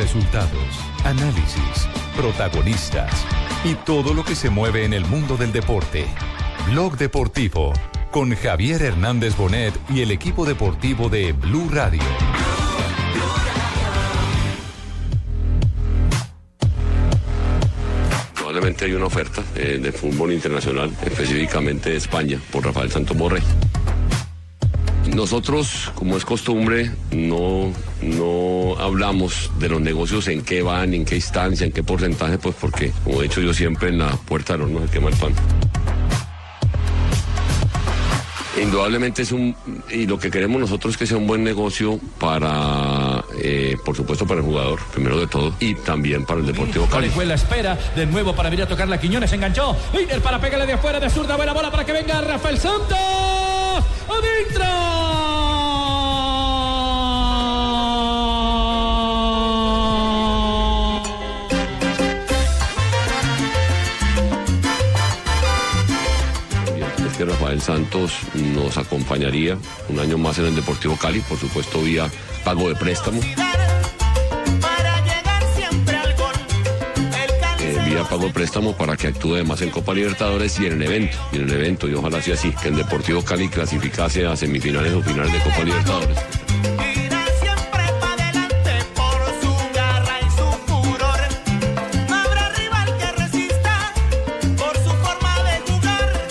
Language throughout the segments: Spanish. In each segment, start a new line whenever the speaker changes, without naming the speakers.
Resultados, análisis, protagonistas y todo lo que se mueve en el mundo del deporte. Blog Deportivo con Javier Hernández Bonet y el equipo deportivo de Blue Radio.
Probablemente hay una oferta eh, de fútbol internacional, específicamente de España, por Rafael Santos Borre. Nosotros, como es costumbre, no, no hablamos de los negocios en qué van, en qué instancia, en qué porcentaje, pues porque, como he dicho yo siempre, en la puerta del horno se quema el pan. Indudablemente es un, y lo que queremos nosotros es que sea un buen negocio para, eh, por supuesto, para el jugador, primero de todo, y también para el Deportivo Cali.
Cali fue la espera de nuevo para venir a tocar la Quiñones. Enganchó. Iner para pegarle de afuera de zurda. Buena bola para que venga Rafael Santos. ¡Adentro!
Es que Rafael Santos nos acompañaría un año más en el Deportivo Cali, por supuesto, vía pago de préstamo.
para llegar siempre al gol. El
eh, vía pago de préstamo para que actúe además en Copa Libertadores y en el evento, y en el evento, y ojalá sea así, que el Deportivo Cali clasificase a semifinales o finales de Copa Libertadores.
Irá siempre para adelante por su garra y su furor. No habrá rival que resista por su forma de jugar.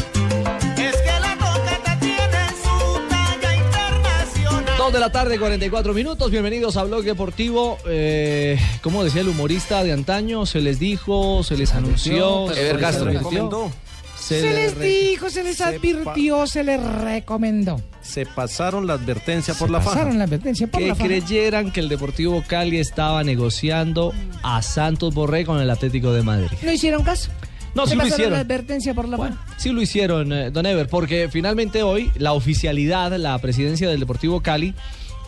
Es que la coqueta tiene su talla internacional.
Dos de la tarde, 44 minutos. Bienvenidos a Blog Deportivo. Eh, como decía el humorista de antaño, se les dijo, se les anunció, se
Ever
les
Castro.
advirtió. Se
Se
les
les dijo, se les advirtió, se les recomendó.
Se pasaron la advertencia por
Se
la faja.
pasaron la advertencia por
que
la faja.
creyeran que el Deportivo Cali estaba negociando a Santos Borré con el Atlético de Madrid.
No hicieron caso.
No,
se
sí lo
pasaron
hicieron.
la advertencia por la
Bueno,
faja.
sí lo hicieron, eh, Don Ever, porque finalmente hoy la oficialidad, la presidencia del Deportivo Cali,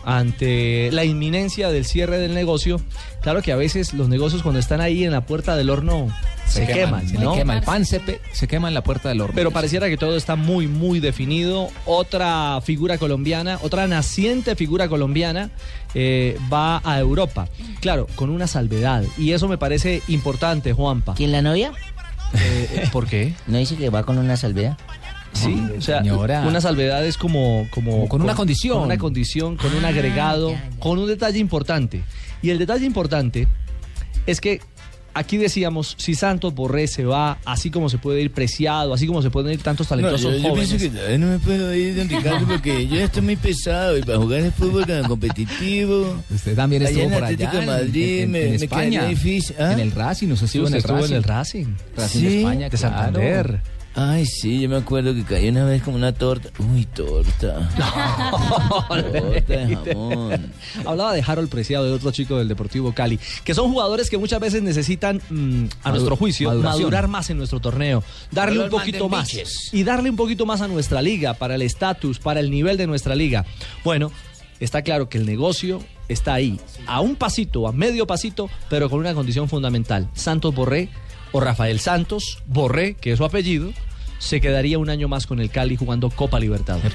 ante la inminencia del cierre del negocio, claro que a veces los negocios cuando están ahí en la puerta del horno se, queman, ¿no?
Se quema el pan, se, pe- se quema en la puerta del horno.
Pero pareciera que todo está muy, muy definido. Otra figura colombiana, otra naciente figura colombiana eh, va a Europa. Claro, con una salvedad. Y eso me parece importante, Juanpa.
¿Quién la novia?
Eh, ¿Por qué?
¿No dice que va con una salvedad?
Sí, o sea,
señora.
una salvedad es como, como
Como con una condición.
con una condición, con un
Ah,
agregado,
ya, ya.
con un detalle importante. Y el detalle importante es que aquí decíamos si Santos Borré se va, así como se puede ir Preciado, así como se pueden ir tantos
No,
talentosos
yo, yo
jóvenes.
pienso que todavía no me puedo ir, don Ricardo, porque yo ya estoy muy pesado y para jugar el fútbol tan competitivo.
Usted también
Allá
estuvo
en
por
Atlético
allá.
de Madrid,
en, en-
me-
en
me
España.
quedaría difícil, ¿ah?
En el Racing, usted estuvo en el
Usted estuvo
Racing.
en el Racing.
Racing
Sí,
de España,
de
claro.
Santander.
Ay, sí, yo me acuerdo que caí una vez como una torta. Uy, torta. torta de jamón.
Hablaba de Harold Preciado, de otro chico del Deportivo Cali, que son jugadores que muchas veces necesitan, mm, a
Madu-
nuestro juicio,
maduración.
madurar más en nuestro torneo, darle
Harold
un poquito
Manden
más
Biches.
y darle un poquito más a nuestra liga, para el estatus, para el nivel de nuestra liga. Bueno, está claro que el negocio está ahí, a un pasito, a medio pasito, pero con una condición fundamental. Santos Borré o Rafael Santos Borré, que es su apellido, se quedaría un año más con el Cali jugando Copa Libertadores.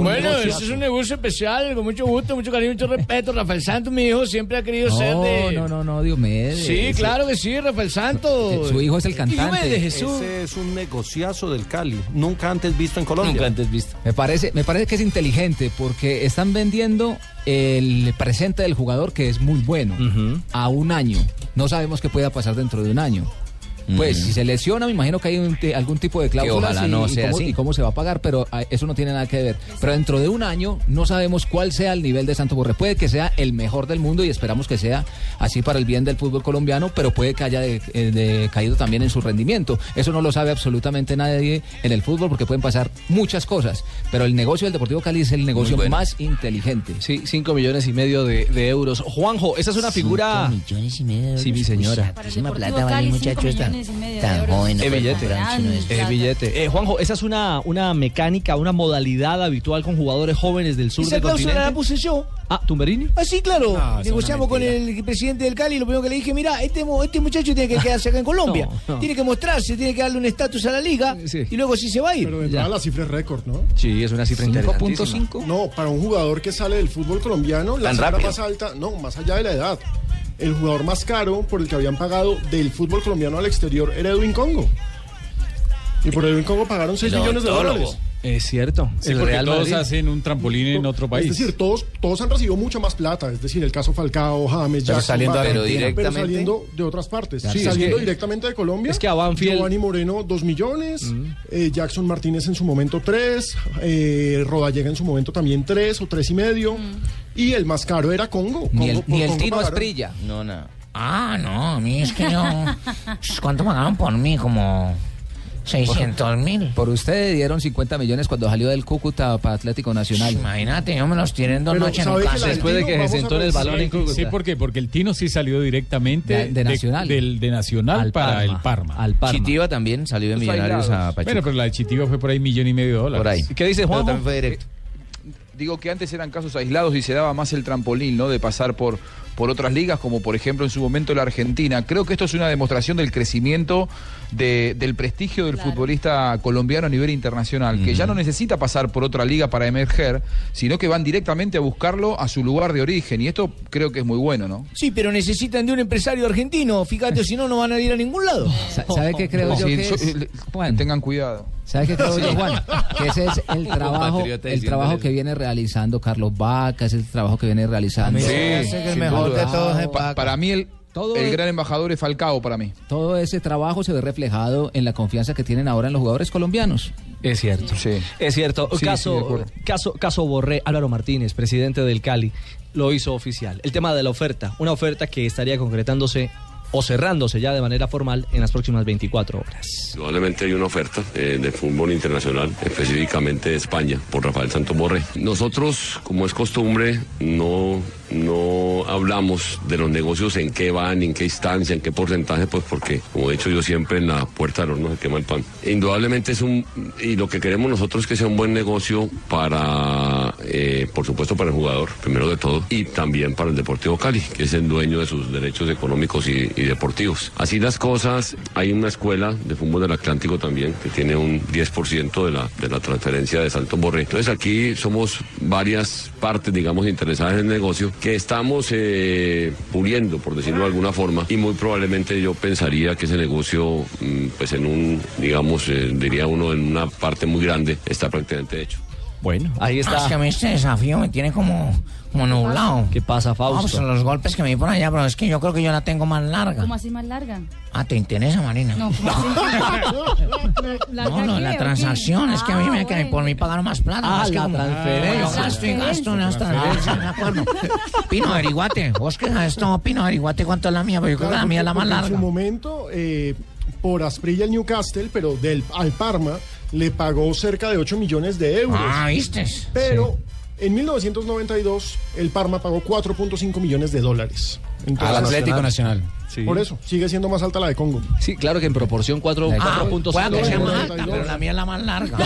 Bueno, este es un negocio especial, con mucho gusto, mucho cariño, mucho respeto. Rafael Santos, mi hijo, siempre ha querido ser
No,
de...
no, no, no, Diomedes.
Sí,
Ese-
claro que sí, Rafael Santos.
Su hijo es el
Dime de
cantante.
Jesús.
Ese es un negociazo del Cali. Nunca antes visto en Colombia.
Nunca antes visto.
Me parece, me parece que es inteligente porque están vendiendo el presente del jugador que es muy bueno
Ujú.
a un año. No sabemos qué pueda pasar dentro de un año. Pues si se lesiona, me imagino que hay un ti- algún tipo de cláusula
ojalá
y,
no
y
sea
cómo,
así.
y cómo se va a pagar, pero ah, eso no tiene nada que ver. Pero dentro de un año no sabemos cuál sea el nivel de Santo Borré. Puede que sea el mejor del mundo y esperamos que sea así para el bien del fútbol colombiano, pero puede que haya de- eh, de- caído también en su rendimiento. Eso no lo sabe absolutamente nadie en el fútbol porque pueden pasar muchas cosas. Pero el negocio del Deportivo Cali es el negocio más inteligente.
Sí, 5 millones y medio de, de euros. Juanjo, esa es una figura.
Cinco millones y medio de euros. pues.
Sí, mi señora.
Uy, santísima
Para el
plata vale
Deportivo
el
Cali, cinco
muchacho tan,
millones y medio de
tan
euros.
joven. no
Es
puede
billete.
comprar uno de esos.
Es billete. Eh, Juanjo, esa es una, una mecánica, una modalidad habitual con jugadores jóvenes del sur
Esa
del
cláusula la
continente.
puse yo.
Ah, Tumberini.
Ah, sí, claro.
No, es
Negociamos
una
con
mentira.
el presidente del Cali y lo primero que le dije, mira, este, mo- este muchacho tiene que quedarse acá en Colombia.
No, no.
Tiene que mostrarse, tiene que darle un estatus a la liga
Sí.
y luego sí se va a ir.
Pero de entrada la cifra es récord, ¿no?
Sí, es una cifra interesantísima.
5.5.
No, para un jugador que sale del fútbol colombiano, la
Tan
cifra
rápido.
más alta, no, más allá de la edad. el jugador más caro por el que habían pagado del fútbol colombiano al exterior era Edwin Congo. Y por Edwin Congo pagaron 6 millones de dólares.
Es cierto.
Sí,
el
porque
Real
todos
Madrid.
hacen un trampolín en otro país.
Es decir, todos, todos han recibido mucha más plata. Es decir, el caso Falcao, James,
Pero
Jackson,
saliendo de
Vargas,
Argentina.
pero
directamente.
saliendo de otras partes.
Claro. Sí, es
saliendo
que-
directamente de Colombia.
es que a Banfield-
Giovanni Moreno, 2 millones.
Mm.
eh, Jackson Martínez en su momento, 3. Rodallega en su momento también 3 o tres y medio. Y el más caro era Congo. Congo- por Congo pagaron-
No, no.
Ah, no, a mí es que yo... pues, ¿Cuánto pagaban por mí? Como 600 mil.
Por usted dieron 50 millones cuando salió del Cúcuta para Atlético Nacional.
Imagínate, yo me los tiré en dos
Pero,
noches en un
¿sabe que
caso.
la- Después de que se sentó en el balón en Cúcuta.
Sí, ¿por qué? Porque el Tino sí salió directamente
De- de Nacional.
del, de Nacional
Al
para
Parma.
el Parma.
Al Parma.
Chitiva también salió de
Millonarios a Pachuca.
Bueno, pero la de Chitiva fue por ahí millón y medio de dólares.
Por ahí.
¿Qué dice Juanjo?
también fue directo. Eh, Digo que antes eran casos aislados y se daba más el trampolín, ¿no? De pasar por, por otras ligas, como por ejemplo en su momento la Argentina. Creo que esto es una demostración del crecimiento de- del prestigio del futbolista colombiano a nivel internacional, que ya no necesita pasar por otra liga para emerger, sino que van directamente a buscarlo a su lugar de origen. Y esto creo que es muy bueno, ¿no?
Sí, pero necesitan de un empresario argentino. Fíjate, si no, no van a ir a ningún lado.
¿Sabe qué creo yo
Sí,
que
so-
es?
le- Tengan cuidado.
¿Sabes qué creo
Sí.
yo, Juan? Que ese es el
Un
trabajo,
compatriota
el
diciéndole
trabajo
eso.
que viene realizando Carlos Vaca, ese es el trabajo que viene realizando.
sin duda. Pa- para mí el, el gran em- embajador es Falcao para mí.
Todo ese trabajo se ve reflejado en la confianza que tienen ahora en los jugadores colombianos.
Es cierto. Es cierto.
Sí, sí, de
caso,
acuerdo.
caso, caso Borré, Álvaro Martínez, presidente del Cali, lo hizo oficial. El tema de la oferta, una oferta que estaría concretándose o cerrándose ya de manera formal en las próximas 24 horas.
Probablemente hay una oferta eh, de fútbol internacional, específicamente de España, por Rafael Santos Borré. Nosotros, como es costumbre, no, no hablamos de los negocios en qué van, en qué instancia, en qué porcentaje, pues porque, como he dicho yo siempre, en la puerta del horno se quema el pan. Indudablemente es un, y lo que queremos nosotros es que sea un buen negocio para, eh, por supuesto, para el jugador, primero de todo, y también para el Deportivo Cali, que es el dueño de sus derechos económicos y, y deportivos. Así las cosas, hay una escuela de fútbol del Atlántico también, que tiene un 10% de la, de la transferencia de Santos Borré. Entonces aquí somos varias partes, digamos, interesadas en el negocio, que estamos eh, puliendo, por decirlo de alguna forma, y muy probablemente yo pensaría que ese negocio, mm, pues en un, digamos, eh, diría uno, en una parte muy grande, está prácticamente hecho.
Bueno, ahí
Ah, Es que a mí este desafío me tiene como, como nublado.
¿Qué pasa, Fausto?
Vamos, los golpes que me di por allá, pero es que yo creo que yo la tengo más larga.
¿Cómo así más larga?
Ah, ¿te interesa, Marina?
No, ¿cómo así? ¿Larga
No, no,
qué, o
la
qué?
transacción, es que a mí me que por mí pagaron más plata.
Ah,
más que
la
como-
transferencia.
Yo gasto y gasto en esta transferencia, me acuerdo. Pino, averiguate, vos que sabes todo, Pino, averiguate cuánto es la mía, pero yo creo que la
Claro,
mía es la
porque-
más
porque En
larga.
su momento, eh, por Asprilla el Newcastle, pero del, al Parma, le pagó cerca de 8 millones de euros.
Ah, ¿viste?
Pero en 1992, el Parma pagó 4.5 millones de dólares. Entonces, Por eso, sigue siendo más alta la de Congo.
Sí, claro que en proporción 4,
Ah,
4.5.
pueda que sea más
alta, pero la mía es la más larga.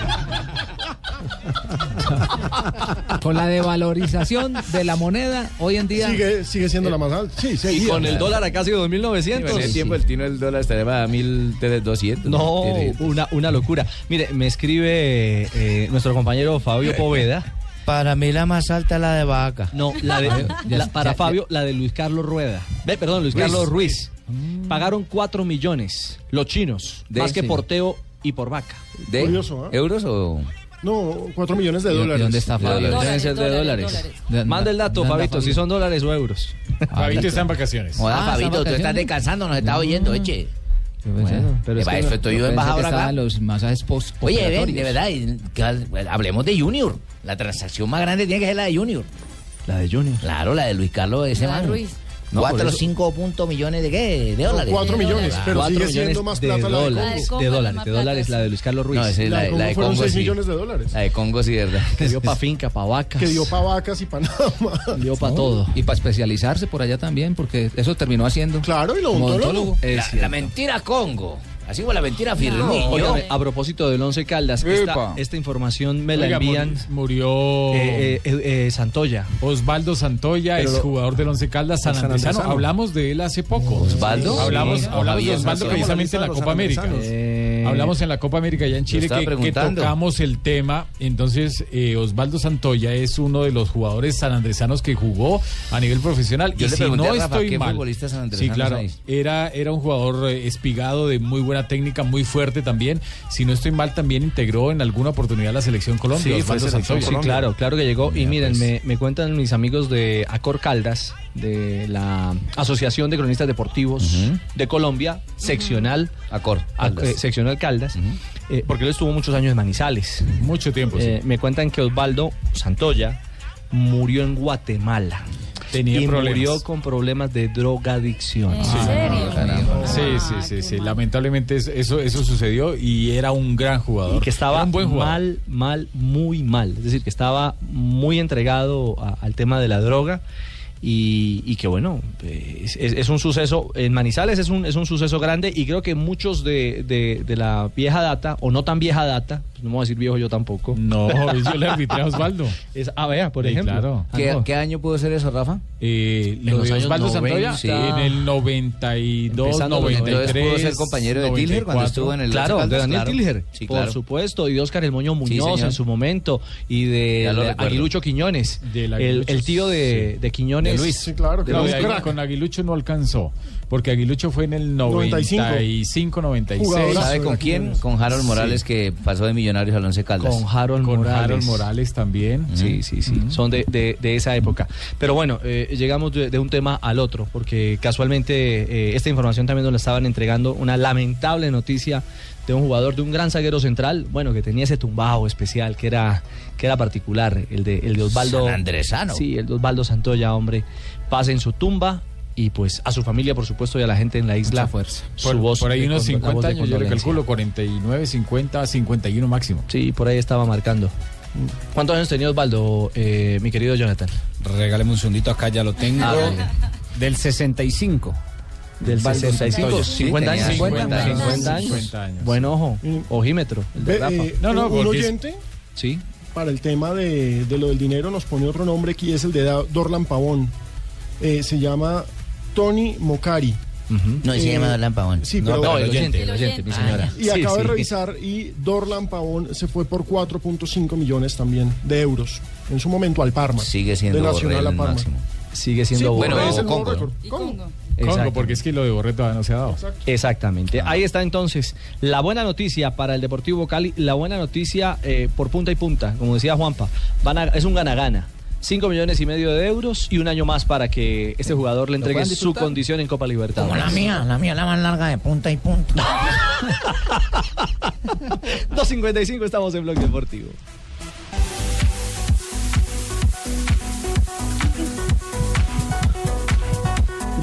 Con la devalorización de la moneda hoy en día. Eh,
Sigue, sigue siendo la más alta. Sí,
Y con el dólar
a casi 2.900.
Sí,
En el tiempo el tino del dólar estaría a 1200.
No, una, una locura. Mire, me escribe eh, nuestro compañero Fabio Poveda.
Para mí la más alta es la de Vaca.
No, la de,
Ya-
la- para
ya-
Fabio, la de Luis Carlos Rueda. Ve, perdón, Luis
Ruiz.
Carlos Ruiz. Pagaron 4 millones los chinos,
De-
más que
sí.
por Teo y por Vaca.
¿De
Curioso, ¿eh?
euros o...?
No, 4 millones de
¿Y- y
dólares.
dónde está Fabio?
Dólares.
Deben ser de
dólares. Manda el dato,
Manda,
Fabito, si
Fabio. Ah,
son dólares o euros.
Fabito está en
vacaciones.
Ah,
Joda, Fabito, tú estás
de
descansando, nos estás oyendo, oye.
Bueno,
Eh, para eso estoy yo embajador acá.
estaban los masajes post
Oye, ven, de verdad, y que- pues, hablemos de Junior. La transacción más grande tiene que ser la de Junior.
La de Junior.
Claro, la de Luis Carlos de ese
La de
man.
Ruiz.
No, por
Cuatro o
eso-
cinco puntos millones de qué? De
No,
dólares.
cuatro
De
millones,
dólares.
pero Cuatro sigue siendo millones más de plata la de dólares, Congo. de dólares, de dólares, la de Luis Carlos Ruiz.
No, esa es la,
La de
de-
Congo
la de
fueron
Congo
seis
sí.
millones
de dólares.
La de Congo sí, verdad.
Que dio pa' finca, pa' vacas.
Que dio pa' vacas y pa' nada más.
Dio pa' todo.
Y para especializarse por allá también, porque eso terminó haciendo.
Claro, y
lo
odontólogo.
La, la mentira Congo. Así fue la mentira Firmino.
No, óigame, a propósito del Once Caldas, esta,
Epa.
esta información me la
Oiga,
envían.
Murió
Eh, Santoya.
Osvaldo Santoya,
Pero
es
lo-
jugador del Once Caldas
San
San Andresano.
Andresano.
Hablamos de él hace poco.
¿Osvaldo?
Hablamos, hablamos
Sí.
de
Osvaldo
Osvaldo
Santoya.
precisamente en la
Los
Copa América.
Eh,
Eh,
Hablamos en la Copa América allá en Chile
estaba
que, que
preguntando.
tocamos el tema. Entonces, eh, Osvaldo Santoya es uno de los jugadores sanandresanos que jugó a nivel profesional.
Yo
y
le
si
pregunté
no
a Rafa,
estoy
¿qué
mal.
futbolistas sanandresanos
sí, claro.
hay?
Era, era un jugador eh, espigado de muy buena técnica, muy fuerte también. Si no estoy mal, también integró en alguna oportunidad la selección Colombia. Osvaldo Santoya.
Sí, claro, claro que llegó. y miren,
pues.
me, me cuentan mis amigos de Acor Caldas, de la Asociación de Cronistas Deportivos de Colombia, seccional Acor,
Caldas.
eh, seccional Caldas, eh, porque él estuvo muchos años en Manizales.
Mucho tiempo.
Eh, Me cuentan que Osvaldo Santoya murió en Guatemala.
Tenía
y
problemas.
murió con problemas de drogadicción. Ah,
Sí. Sí, sí, sí, sí. Lamentablemente es- eso, eso sucedió y era un gran jugador.
Y que estaba
Era un buen jugador.
mal, mal, muy mal. Es decir, que estaba muy entregado a- al tema de la droga. Y, y que bueno, eh, es, es- es un suceso, en Manizales es un, es un suceso grande y creo que muchos de, de- de la vieja data, o no tan vieja data, pues no me voy a decir viejo yo tampoco.
No, yo le arbitré a Osvaldo.
Es, ah, vea, por
Sí,
ejemplo.
claro.
Ah, no.
¿Qué año pudo ser eso, Rafa?
Eh,
En
lo
los
de
años
Osvaldo
90.
Santoya en el 92,
Empezando los
93.
92, pudo ser
compañero
de Tilger cuando estuvo en el
Claro,
Once
de
Caldas,
Daniel
claro.
Tilger,
Sí,
por
claro.
supuesto, y de Oscar El Moño Muñoz
señor.
en su momento, y de,
Ya lo
de
recuerdo.
Aguilucho Quiñones,
Del
el,
Aguilucho,
el tío de,
sí.
de Quiñones.
De Luis.
Sí, claro, que
Pero
era un
de ahí
crack.
con Aguilucho no alcanzó, porque Aguilucho fue en el
95.
95, 96.
¿Sabe con quién? Con Harold Morales, que pasó de Millonarios al Once Caldas.
Con Harold
Con
Morales.
Harold
Morales también.
Sí, sí, sí. Son de, de- de esa época. Pero bueno, eh, llegamos de, de un tema al otro, porque casualmente eh, esta información también nos la estaban entregando, una lamentable noticia de un jugador, de un gran zaguero central, bueno, que tenía ese tumbado especial, que era, que era particular, el de, el de Osvaldo...
Sanandresano.
Sí, el de Osvaldo Santoya, hombre. Pasa en su tumba y pues a su familia, por supuesto, y a la gente en la isla.
fuerza.
su
Por,
voz
por ahí
de
unos
condo- la
50
voz de
años, yo le
condolencia.
calculo 49, 50, 51 máximo.
Sí, por ahí estaba marcando. ¿Cuántos años tenía Osvaldo, eh, mi querido Jonathan?
Regáleme un segundito acá, ya lo tengo.
Ah, dale.
del 65.
Del
Valdo Santoya.
65, 50 años.
Sí, tenía
50 años.
50
50 años. Buen ojo, ojímetro. el de
Ve,
Rafa.
eh, un- un oyente
Sí.
para el tema de, de lo del dinero nos pone otro nombre aquí, es el de Da- Dorlan Pavón. Eh, se llama Tony Mocari.
No, él se
Eh,
llama Alan Pavón.
sí, pero- No, el oyente,
el oyente, mi
señora.
Y acabo de revisar y Dorlan Pavón se fue por 4.5 millones también de euros en su momento al Parma.
Sigue siendo
de
Borrell
Nacional a
el
Parma.
máximo.
Sigue
Sí,
siendo
Borrell
Borrell.
es el nuevo récord.
Congo, porque es que lo de Borré todavía no se ha dado.
Exactamente. Ahí está entonces la buena noticia para el Deportivo Cali, la buena noticia eh, por punta y punta, como decía Juanpa, van a- es un gana-gana. 5 millones y medio de euros y un año más para que este jugador le
¿Lo
entregue
puedan
su
disfrutar?
condición en Copa Libertadores.
Como la mía, la mía la más larga de punta y punta.
2.55 estamos en Blog Deportivo.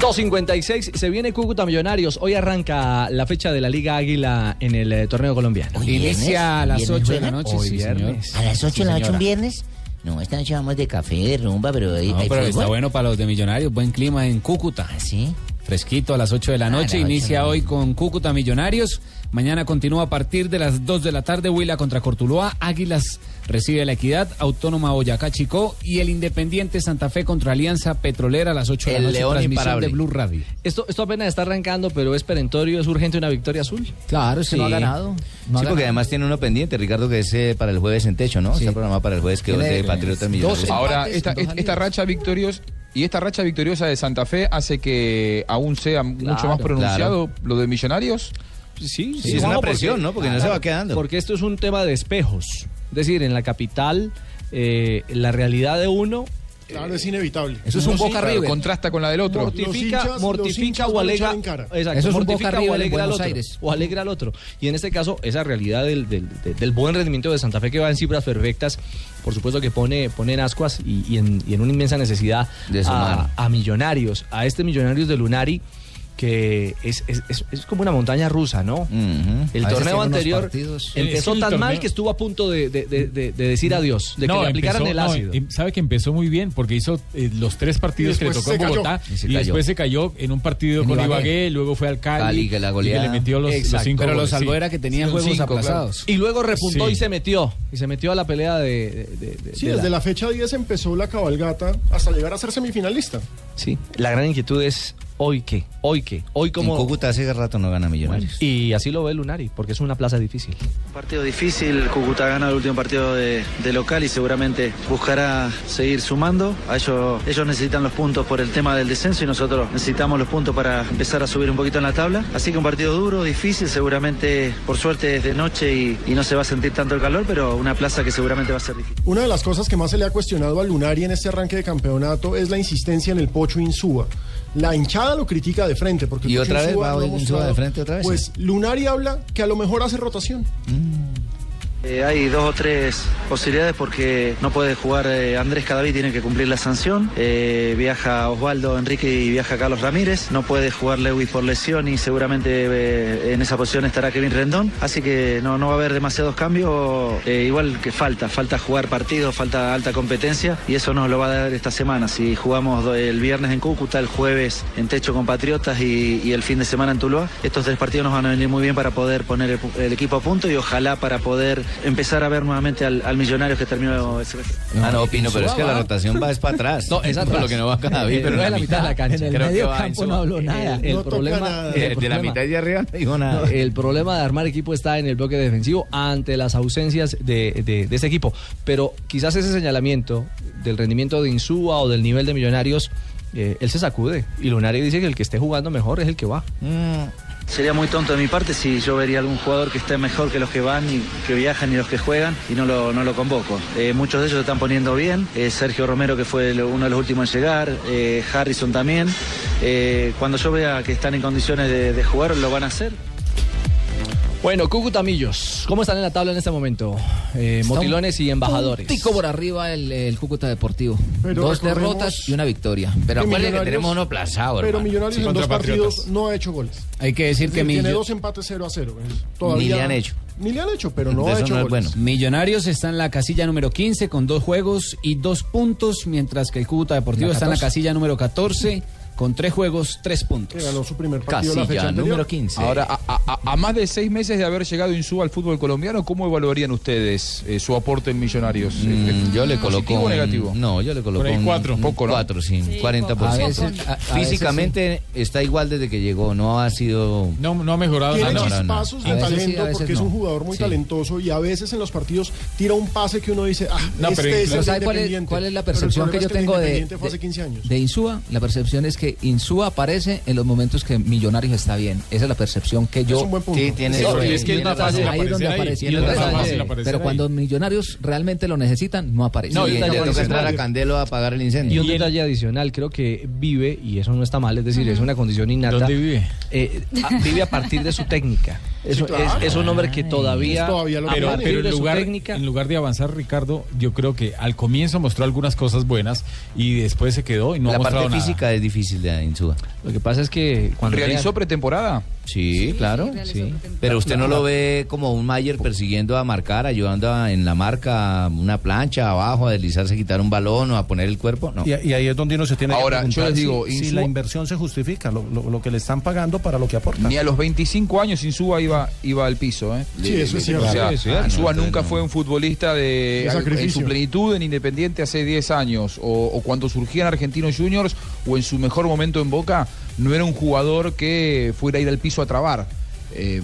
...2.56, se viene Cúcuta Millonarios... ...hoy arranca la fecha de la Liga Águila... ...en el eh, torneo colombiano.
Inicia a las 8 de la noche,
Hoy
sí,
viernes.
señor.
A las 8
Sí,
de la noche un
señora.
viernes. No, esta noche vamos de café, de rumba, pero hoy
No,
hay
pero
fútbol.
está bueno para los de Millonarios. Buen clima en Cúcuta.
sí.
Fresquito a las 8 de la
Ah,
noche.
a las ocho de
Inicia
la
hoy con Cúcuta Millonarios. Mañana continúa a partir de las 2 de la tarde. Huila contra Cortuluá. Águilas recibe la Equidad. Autónoma Boyacá Chicó. Y el Independiente Santa Fe contra Alianza Petrolera a las 8 de
El
la noche.
León
transmisión
imparable.
de Blue Radio.
Eh, Esto, esto apenas está arrancando, pero es perentorio, es urgente una victoria azul.
Claro,
es que no ha ganado.
sí, porque además tiene uno pendiente, Ricardo, que es eh, para el jueves en techo, ¿no? Está programado para el jueves que es
Tiene,
de
eh,
Patriotas Millonarios.
Ahora, esta, esta- esta racha victoriosa y esta racha victoriosa de Santa Fe hace que aún sea mucho más
Claro.
pronunciado lo de Millonarios.
Sí,
Sí, es una
Juanjo, porque-
presión, ¿no? Porque no se
Claro,
va quedando.
Porque esto es un tema de espejos. Es decir, en la capital, eh, la realidad de uno
Claro, es inevitable.
Eso es un
Unos
Boca
hinchas-
River.
Contrasta con la del otro.
mortifica,
Los hinchas- los
mortifica
hinchas
o
van a
alegra.
echar en cara.
Exacto,
Eso es un
mortifica
Boca River
o
en
alegra al
Buenos
otro.
Aires.
O alegra al otro. Y en este caso, esa realidad del, del- de- del buen rendimiento de Santa Fe que va en cifras perfectas, por supuesto que pone, pone en ascuas y, y en, y en una inmensa necesidad
De sumar.
a, a millonarios, a este millonarios de Lunari que es, es- es- es como una montaña rusa, ¿no? El
A veces tiene
torneo
unos
anterior
partidos.
Es que
empezó
el
tan mal
torneo- Mm.
que estuvo a punto de, de- de- de- de decir adiós, de que
No,
le aplicaran
empezó-
el
no,
ácido.
em- sabe que empezó muy bien porque hizo eh, los tres partidos que le
después
tocó en
se cayó.
Bogotá
Y se
y
cayó.
después se cayó en un partido
En
con
Ibagué.
Ibagué, luego fue al Cali,
Cali, que la
y
goleada.
le metió los, los
Exacto.
cinco
Pero lo
goles,
salvó
sí.
era que tenía
Sí, los
juegos
cinco, claro.
aplazados.
Y luego repuntó
Sí.
y se metió. Y se metió a la pelea de. de- de-
Sí,
de
desde la fecha 10 empezó la cabalgata hasta llegar a ser semifinalista.
Sí, la gran inquietud es hoy qué, hoy qué, hoy como...
En Cúcuta hace rato no gana Millonarios.
Y así lo ve Lunari, porque es una plaza difícil.
Partido difícil, Cúcuta gana el último partido de, de local y seguramente buscará seguir sumando. A ellos, ellos necesitan los puntos por el tema del descenso y nosotros necesitamos los puntos para empezar a subir un poquito en la tabla. Así que un partido duro, difícil, seguramente por suerte es de noche y, y no se va a sentir tanto el calor, pero una plaza que seguramente va a ser difícil.
Una de las cosas que más se le ha cuestionado a Lunari en este arranque de campeonato es la insistencia en el Pocho Insúa. La hinchada lo critica de frente porque el
¿Y
Pocho
otra vez
Insúa
va
no ha
Insúa de
mostrado-
frente otra vez?
Pues Lunari habla que a lo mejor hace rotación.
Eh, hay dos o tres posibilidades porque no puede jugar eh, Andrés Cadavid, tiene que cumplir la sanción. Eh, viaja Osvaldo Enrique y viaja Carlos Ramírez. No puede jugar Lewis por lesión y seguramente eh, en esa posición estará Kevin Rendón. Así que no, no va a haber demasiados cambios. Eh, igual que falta, falta jugar partidos, falta alta competencia y eso nos lo va a dar esta semana. Si jugamos do- el viernes en Cúcuta, el jueves en Techo con Patriotas y, y el fin de semana en Tuluá, estos tres partidos nos van a venir muy bien para poder poner el, pu- el equipo a punto y ojalá para poder empezar a ver nuevamente al, al millonario que terminó el semestre.
Ah, no, Pino, pero es que la
Insúa va.
rotación va es para atrás.
No, es
Por
atrás.
lo que no va acá, David,
Eh,
pero
no
en
es
la
la mitad
mitad
de la cancha.
En el
Creo que
medio
va
campo
Insúa.
no habló nada.
El-
Eh, El
no toca
problema-
nada.
el
Eh, De- De la
problema-
mitad hacia arriba no dijo
No,
nada.
el problema de armar equipo está en el bloque defensivo ante las ausencias de, de, de ese equipo. Pero quizás ese señalamiento del rendimiento de Insúa o del nivel de Millonarios, eh, él se sacude. Y Lunari dice que el que esté jugando mejor es el que va.
Mm. Sería muy tonto de mi parte si yo vería algún jugador que esté mejor que los que van y que viajan y los que juegan y no lo, no lo convoco. Eh, muchos de ellos se están poniendo bien. Eh, Sergio Romero, que fue el- uno de los últimos en llegar, eh, Harrison también. Eh, cuando yo vea que están en condiciones de- de jugar, lo van a hacer.
Bueno, Cúcuta Millos, ¿cómo están en la tabla en este momento? Eh,
Está un
motilones y embajadores.
puntico por arriba el, el Cúcuta Deportivo.
Pero
Dos
recordemos-
derrotas y una victoria.
Que
Pero acuérdense que
Millonarios-
tenemos uno aplazado,
Pero
hermano.
Millonarios
Sí,
en dos
contra Patriotas.
partidos no ha hecho goles.
Hay que decir
Es
que
decir, tiene
Millo-
dos empates 0 a 0.
Ni le han hecho.
Ni le han hecho, pero no ha hecho goles.
Millonarios está en la casilla número 15 con dos juegos y dos puntos, mientras que el Cúcuta Deportivo
La
está en la
14.
casilla número 14 con tres juegos, tres puntos.
Que ganó su primer
partido la fecha anterior. Ahora, a, a- a- a más de seis meses de haber llegado Insúa al fútbol colombiano, ¿cómo evaluarían ustedes eh, su aporte en Millonarios?
Mm, yo le coloco
¿Positivo o
un-
negativo?
No, yo le coloco
Por ahí
un-
cuatro.
un
Poco, ¿no?
cuatro, sí,
Sí,
40%.
poco. A veces- a- a veces
Físicamente está igual desde que llegó, no ha sido...
No, no ha mejorado.
Tiene
no, no, no.
chispazos de
A veces sí, a
talento
veces
porque es
no.
un jugador muy
Sí.
talentoso y a veces en los partidos tira un pase que uno dice, ah,
No,
este
pero
es el
incluso-
de
¿sabe cuál es-
Independiente.
cuál es la
Pero el
percepción
problema
que yo
es el
tengo de-
Independiente fue hace
de-
15 años.
De Insúa, la percepción es que Insúa aparece en los momentos que Millonarios está bien. Esa es la percepción que yo.
Es un buen punto. Sí, tiene-
Eso
es que es más fácil
Ahí es donde
aparecer ahí.
aparece.
Y es más fácil aparecer
Pero
ahí.
cuando Millonarios realmente lo necesitan, no aparece.
No, y Pues le toca entrar a Candelo a apagar el incendio.
Y un detalle adicional, creo que vive, y eso no está mal, es decir, es una condición innata.
¿Dónde
vive? vive a partir de su técnica. Eso,
claro.
es, es un hombre que
Ay.
todavía, a
pero,
partir
pero
de
en,
su
lugar,
técnica,
en lugar de avanzar, Ricardo, yo creo que al comienzo mostró algunas cosas buenas y después se quedó y no ha
la
mostrado
parte
nada.
física es difícil de Insúa.
Lo que pasa es que cuando
¿Realizó pretemporada?
Sí, claro. sí. Pero usted no lo ve como un Mayer persiguiendo a marcar, ayudando a- en la marca, una plancha abajo, a deslizarse, a quitar un balón o a poner el cuerpo. No.
Y, y ahí es donde uno se tiene
Ahora,
que preguntar
yo les digo,
si, si
Insúa-
la inversión se justifica, lo, lo- lo que le están pagando para lo que aporta.
Ni a los 25 años Insúa iba, iba al piso. ¿eh?
Sí, eso es cierto.
O sea,
Sí, es cierto.
Insúa
Ah, no,
nunca fue un futbolista de,
De sacrificio.
en su plenitud en Independiente hace 10 años. O, o cuando surgía en Argentinos Juniors o en su mejor momento en Boca, no era un jugador que fuera a ir al piso a trabar. Eh,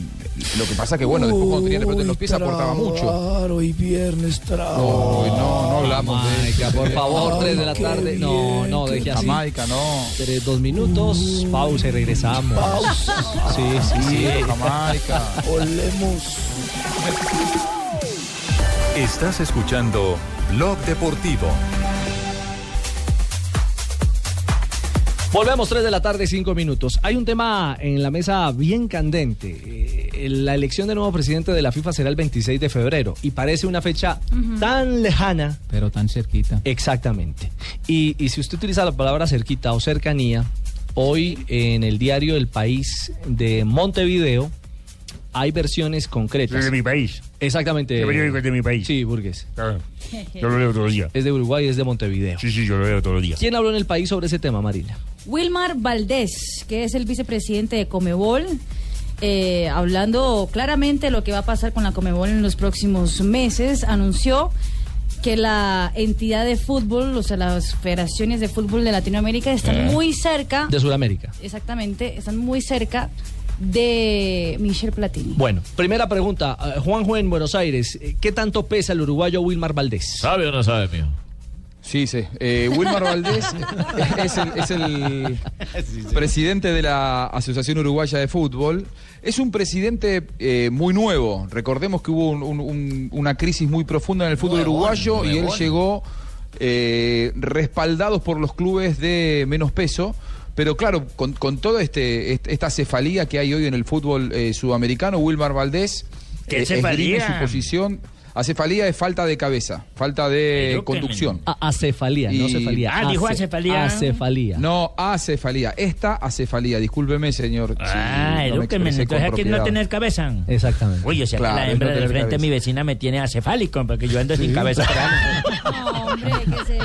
lo que pasa que, bueno, después cuando tenía la pelota en los pies aportaba mucho.
hoy viernes trabajar.
No, no, no hablamos de
Jamaica, por favor,
Ay,
3 de la
qué
tarde. No, no, deje así.
Jamaica, no.
3, 2 minutos, pausa y regresamos. Sí, sí, sí.
Jamaica.
Olemos.
Estás escuchando Blog Deportivo.
Volvemos 3 de la tarde, 5 minutos. Hay un tema en la mesa bien candente. Eh, La elección del nuevo presidente de la FIFA será el 26 de febrero y parece una fecha tan lejana.
Pero tan cerquita.
Exactamente. Y, y si usted utiliza la palabra cerquita o cercanía, hoy en el diario El País de Montevideo hay versiones concretas.
De mi país.
Exactamente.
El periódico es de mi país.
Sí, Burgues.
Yo lo leo todos los días.
Es de Uruguay, es de Montevideo.
Sí, sí, yo lo leo todos los días.
¿Quién habló en El País sobre ese tema, Marina?
Wilmar Valdés, que es el vicepresidente de Comebol, eh, hablando claramente de lo que va a pasar con la Comebol en los próximos meses, anunció que la entidad de fútbol, o sea, las federaciones de fútbol de Latinoamérica están
Eh.
muy cerca,
de Sudamérica.
exactamente, están muy cerca de Michel Platini.
Bueno, primera pregunta. eh, Juanjo en Buenos Aires, eh, ¿qué tanto pesa el uruguayo Wilmar Valdés?
¿Sabe o no sabe, mío? Sí, sí. Eh, Wilmar Valdés es el, es el presidente de la Asociación Uruguaya de Fútbol. Es un presidente eh, muy nuevo. Recordemos que hubo un- un- un- una crisis muy profunda en el fútbol
Nuevón,
uruguayo y él
nuevón.
llegó eh, respaldados por los clubes de menos peso. Pero claro, con, con toda este, est- esta cefalía que hay hoy en el fútbol eh, sudamericano, Wilmar Valdés eh,
¿Qué
esgrime
cefalía?
su posición. Acefalía es falta de cabeza, falta
Eh,
de
Eduquenme.
conducción.
A- acefalía, no
Y-
cefalía.
Ah, dijo
Ace-
acefalía.
Acefalía.
No, acefalía. Esta acefalía, discúlpeme, señor.
Ah,
si no me
edúquenme,
expresé con
entonces aquí no
propiedad.
tenés cabeza.
Exactamente.
Uy, o sea, que
Claro,
la
es
hembra
no
del
tener
frente de
cabeza.
mi vecina me tiene acefálico, porque yo ando sin cabeza.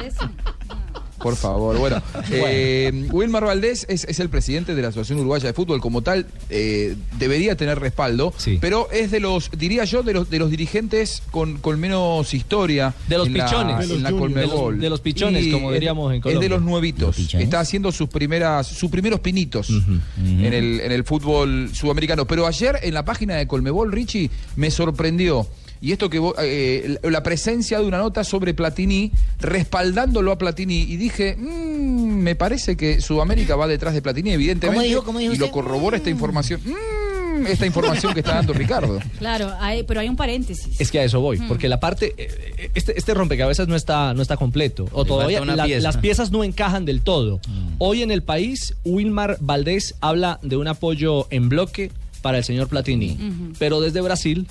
Por favor, bueno. Eh, Wilmar Valdés es, es el presidente de la Asociación Uruguaya de Fútbol, como tal, eh, debería tener respaldo, pero es de los, diría yo, de los, de los dirigentes con, con menos historia.
De los
en la-
pichones.
en la
De los
Conmebol.
de los pichones, como
es-
diríamos en
Es
Colombia.
de los nuevitos. Está haciendo sus primeras, sus primeros pinitos en, el, en el fútbol sudamericano. Pero ayer en la página de Colmebol, Richie, me sorprendió. Y esto que vos- eh, la presencia de una nota sobre Platini, respaldándolo a Platini, y dije, "Mm, me parece que Sudamérica va detrás de Platini, evidentemente.
¿Cómo dijo? ¿Cómo dijo
y lo
usted?
corrobora esta información. "Mm", esta información que está dando Ricardo.
Claro, hay- pero hay un paréntesis.
Es que a eso voy,
Hmm.
porque la parte, eh, eh, este, este rompecabezas no está, no está completo, o
Le
todavía
falta una
la-
pieza. Hmm.
las piezas no encajan del todo. Hoy en el país, Wilmar Valdés habla de un apoyo en bloque para el señor Platini,
Ujú.
pero desde Brasil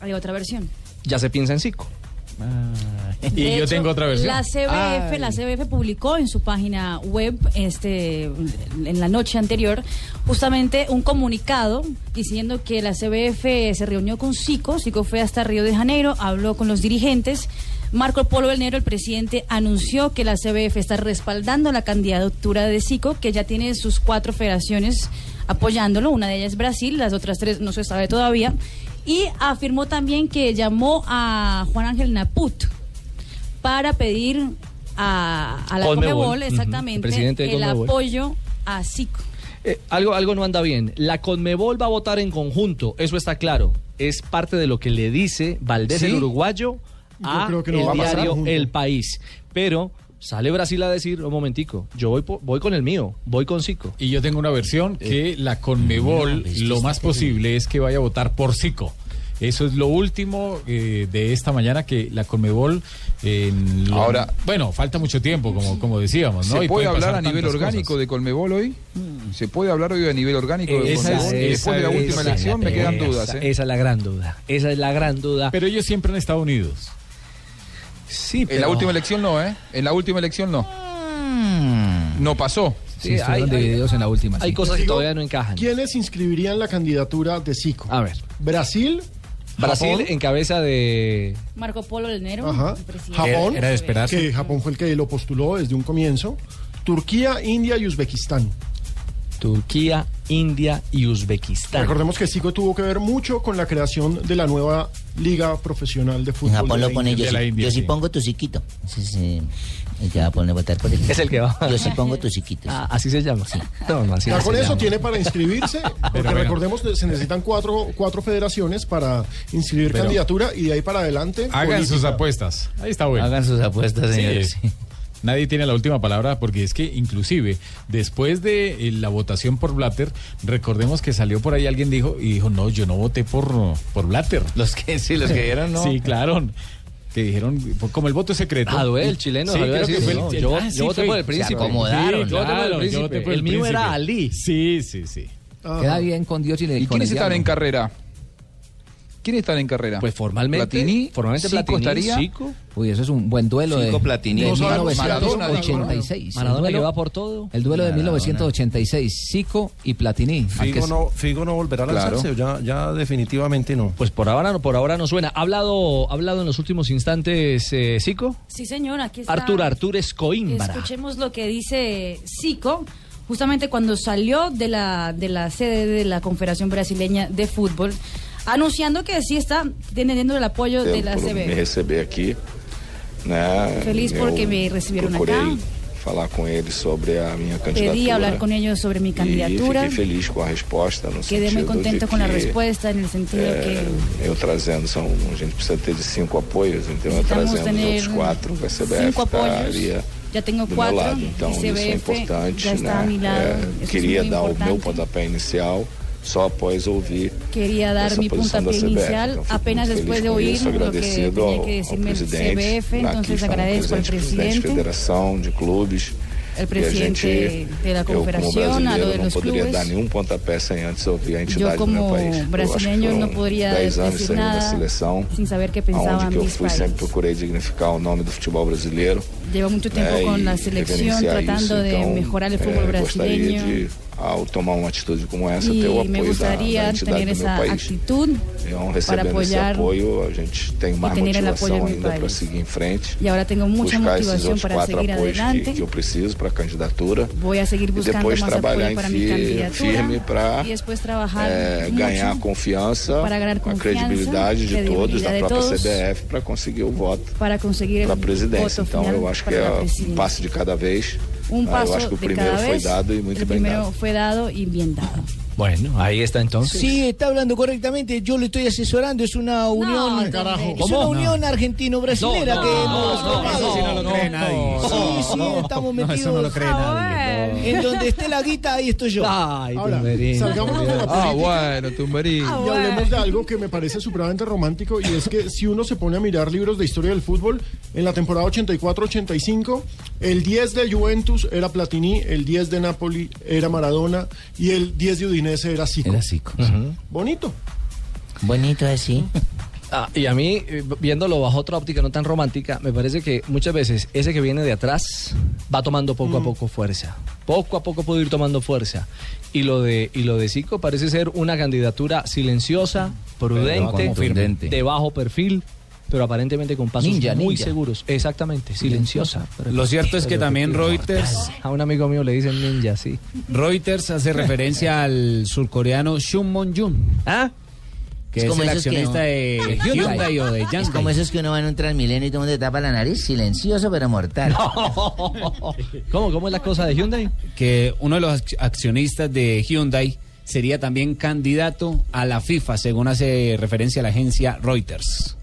Hay otra versión.
ya se piensa en Zico.
Ah,
De hecho, La CBF, la CBF publicó en su página web este en la noche anterior justamente un comunicado diciendo que la CBF se reunió con Sico, Sico fue hasta Río de Janeiro, habló con los dirigentes. Marco Polo del Negro, el presidente, anunció que la CBF está respaldando la candidatura de Sico, que ya tiene sus cuatro federaciones apoyándolo. Una de ellas es Brasil, las otras tres no se sabe todavía. Y afirmó también que llamó a Juan Ángel Naput, para pedir a, a la
Conmebol,
Conmebol,
ujú, el
exactamente,
presidente de
el
Conmebol.
apoyo a SICO.
Eh, algo, algo no anda bien. La Conmebol va a votar en conjunto, eso está claro. Es parte de lo que le dice Valdés
¿Sí?
el uruguayo a
creo que no
el
va a pasar.
diario El País. Pero sale Brasil a decir, un momentico, yo voy, po- voy con el mío, voy con Zico.
Y yo tengo una versión
Eh,
que la Conmebol lo más posible es que vaya a votar por Zico. Eso es lo último eh, de esta mañana que la Conmebol en lo-
Ahora-
bueno, falta mucho tiempo como como decíamos, ¿no?
¿Se puede
Y pueden
hablar
pasar
a nivel
tantas
orgánico de Colmebol hoy? ¿Se puede hablar hoy a nivel orgánico
Eh,
de
esa es-
Colmebol? Después de la
esa
última
es
elección
la
me quedan
pregunta.
dudas. ¿eh?
Esa es la gran duda. Esa es la gran duda.
Pero ellos siempre han estado unidos.
Sí,
En la
pero-
última elección no, ¿eh? En la última elección no.
Hmm.
No pasó.
Sí, Sí, estuvieron hay- hay- divididos
en la última.
sí. hay cosas que Digo, todavía
no encajan.
¿Quiénes inscribirían la candidatura de Zico?
A ver.
Brasil.
Brasil
Japón.
en cabeza de...
Marco Polo del Nero,
Ajá.
el presidente.
Japón.
Era de esperarse.
Que Japón fue el que lo postuló desde un comienzo. Turquía, India y Uzbekistán.
Turquía, India y Uzbekistán.
Recordemos que Zico tuvo que ver mucho con la creación de la nueva liga profesional de fútbol.
En Japón
de la
lo Ah, pone
India.
yo. sí- yo sí pongo tu chiquito. Ese es eh, el que va a poner a votar por él.
Es el que va. Ah,
Yo sí pongo tu chiquito.
así se llama. No, no, así
Ya
no
con
se
eso
llama.
tiene para inscribirse, porque recordemos que se necesitan cuatro, cuatro federaciones para inscribir
Pero-
candidatura y de ahí para adelante.
Hagan
política.
sus apuestas. Ahí está bueno.
Hagan sus apuestas,
Sí,
señores.
eh, Nadie tiene la última palabra porque es que inclusive después de eh, la votación por Blatter, recordemos que salió por ahí alguien dijo y dijo, "No, yo no voté por por Blatter."
Los que sí, los que dieron, no.
Sí, claro. Que dijeron, fue como el voto es secreto.
Jaduel, el chileno,
Sí,
Jaduel
creo
decía,
que fue el-
no,
el-
yo-
ah,
yo
sí,
voté
fue.
por el príncipe.
Sí,
Acomodaron,
yo voté por
claro,
el
yo
príncipe.
voté por el mío
príncipe.
era Ali.
Sí, sí, sí.
Queda bien con Dios y le
¿Y
con el
quiénes están
diablo.
en carrera? ¿Quiénes están en carrera?
Pues formalmente,
Platini,
formalmente
Zico
Platini,
estaría.
Zico.
Uy, eso es un buen duelo de,
Cinco Platini.
de
No sabemos,
1986.
Maradona
El duelo-
que va por todo.
El duelo de
Maradona.
1986, Zico y Platini. Aunque
Figo
es-
no, Figo no volverá a
Ah, Claro.
lanzarse, ya, ya definitivamente no.
Pues por ahora no, por ahora no suena. ¿Ha hablado, ha hablado en los últimos instantes eh, Zico?
Sí, señor, aquí está.
Artur Artures Coimbra.
Escuchemos lo que dice Sico, justamente cuando salió de la, de la sede de la Confederación Brasileña de Fútbol, anunciando que sí está teniendo el apoyo de la
por
CBF.
me receber aqui.
né?
Feliz porque
Eu
me recibieron
procurei
acá.
falar com eles sobre a minha candidatura.
Pedí hablar con ellos sobre mi
E
candidatura.
fiquei feliz com a resposta, no
Quedé muy
sentido
contento
de
con la
que,
respuesta en el sentido
é,
Eh,
que
eu trazendo, são, a gente precisa ter de cinco apoios, então eu
Necesitamos
trazendo os
tener
outros quatro, a CBF
cinco apoios.
estaria
ya
tá,
tengo
eh, do meu
cuatro
lado. Então
y
isso é
CBF
importante,
ya está a mi lado.
né? É,
Eso es
queria
muy
dar o meu
importante.
pontapé inicial só após ouvir
Quería dar
esa
mi
posición
puntapié
de CBF.
inicial
Entonces,
apenas
muy
después de
feliz
oír
con eso,
lo que
agradecido
tenía
ao-
que decirme
ao
el
presidente.
CBF,
Aqui
entonces
está o
agradezco al
presidente de
presidente,
federação, de clubes. E a
el
gente,
presidente de la
eu, como
cooperación, a lo
brasileiro,
de
não
los
poderia dar
clubes.
nenhum pontapé sem antes ouvir a entidade
Yo
do meu
como
país. Eu acho que
brasileño no
foram
podría
10 anos
decir
saindo da
nada
seleção,
sin saber qué
onde
pensaban
que eu
mis
fui sempre
países.
procurei dignificar o nome do futebol brasileiro.
Llevo mucho tiempo
né,
con la
e
selección
reverenciar
tratando
isso.
de
Então,
mejorar el
eh,
fútbol
gostaria de,
brasileño
ao tomar uma atitude como essa, ter o
y
apoio
me
da, da
gustaría
entidade
tener
do meu
esa
país.
actitud
Então,
para
recebendo esse
apoiar
apoio, a gente tem mais
tener el apoyo de
motivação
mi
ainda para
país.
seguir em frente.
y ahora tengo mucha
buscar esses
motivación
outros
para
quatro
seguir
apoios que,
adelante.
que eu preciso para a candidatura.
Voy a seguir
E
buscando
depois
más
trabalhar
apoyo
em
para mi
fi- firme
candidatura
para
y después trabajar
eh,
mucho
ganhar confiança,
para ganar
a
confiança,
credibilidade de todos, da
credibilidade de
própria
todos.
CBF, para conseguir o voto
para conseguir el
para a
voto
presidência. Então,
final
eu acho que
para
é
la
um
presidencia.
passo de cada vez. né?
Un
eu
paso
acho que o
de
primeiro
cada
foi
vez.
dado e
El
muito bem
primero
dado.
fue dado y bien dado.
Bueno, ahí está entonces.
Sí, está hablando correctamente. Yo lo estoy asesorando. Es una unión.
carajo.
Es
¿Cómo?
una unión argentino-brasilera
No, no,
que
no,
hemos
no,
formado.
eso sí no lo cree nadie.
Sí, sí, estamos
No,
metidos.
eso no lo cree
Ah,
nadie, no.
En donde esté la guita, ahí estoy yo.
Ay,
Ahora, Tumberín. salgamos de la
Ah, bueno, Tumberín.
Y hablemos de algo que me parece supremamente romántico y es que si uno se pone a mirar libros de historia del fútbol, en la temporada 84-85, el 10 de Juventus era Platini, el 10 de Napoli era Maradona y el 10 de Udinese era Zico. Era
Zico.
Bonito.
Bonito eh, así.
Ah, y a mí, eh, viéndolo bajo otra óptica no tan romántica, me parece que muchas veces ese que viene de atrás va tomando poco a
Mm.
poco fuerza. Poco a poco puede ir tomando fuerza. Y lo de y lo de Zico parece ser una candidatura silenciosa, prudente,
contundente.
de bajo perfil, pero aparentemente con pasos
Ninja,
muy
ninja.
seguros. Exactamente, silenciosa.
Lo cierto es que
Pero
también
firme.
Reuters-
A un amigo mío le dicen ninja, sí.
Reuters hace referencia al surcoreano Shun Mon Jun.
¿Ah?
Que es, el
esos que-
accionista de Hyundai o de
Es como
Hyundai.
esos que uno va en un Transmilenio y todo el mundo te tapa la nariz, silencioso pero mortal.
¿Cómo, ¿Cómo es la cosa de Hyundai?
Que uno de los ac- accionistas de Hyundai sería también candidato a la FIFA, según hace referencia la agencia Reuters.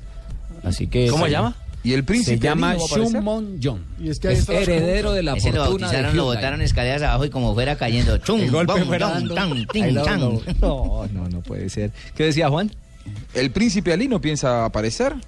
Así que
¿Cómo se llama?
Y el
Se
príncipe
llama
Ali no va a aparecer?
Shun Mon Jun.
Y es
Es
heredero de la
Ese lo
fortuna de
bautizaron, lo
Hyundai.
botaron escaleras abajo y como fuera cayendo. Chum,
El golpe
bom,
fuera
dom,
dando-
tam, ting,
Ahí lo-
tam.
lo- No, no, no puede ser. ¿Qué decía Juan?
¿El príncipe Ali no piensa aparecer?
Mm,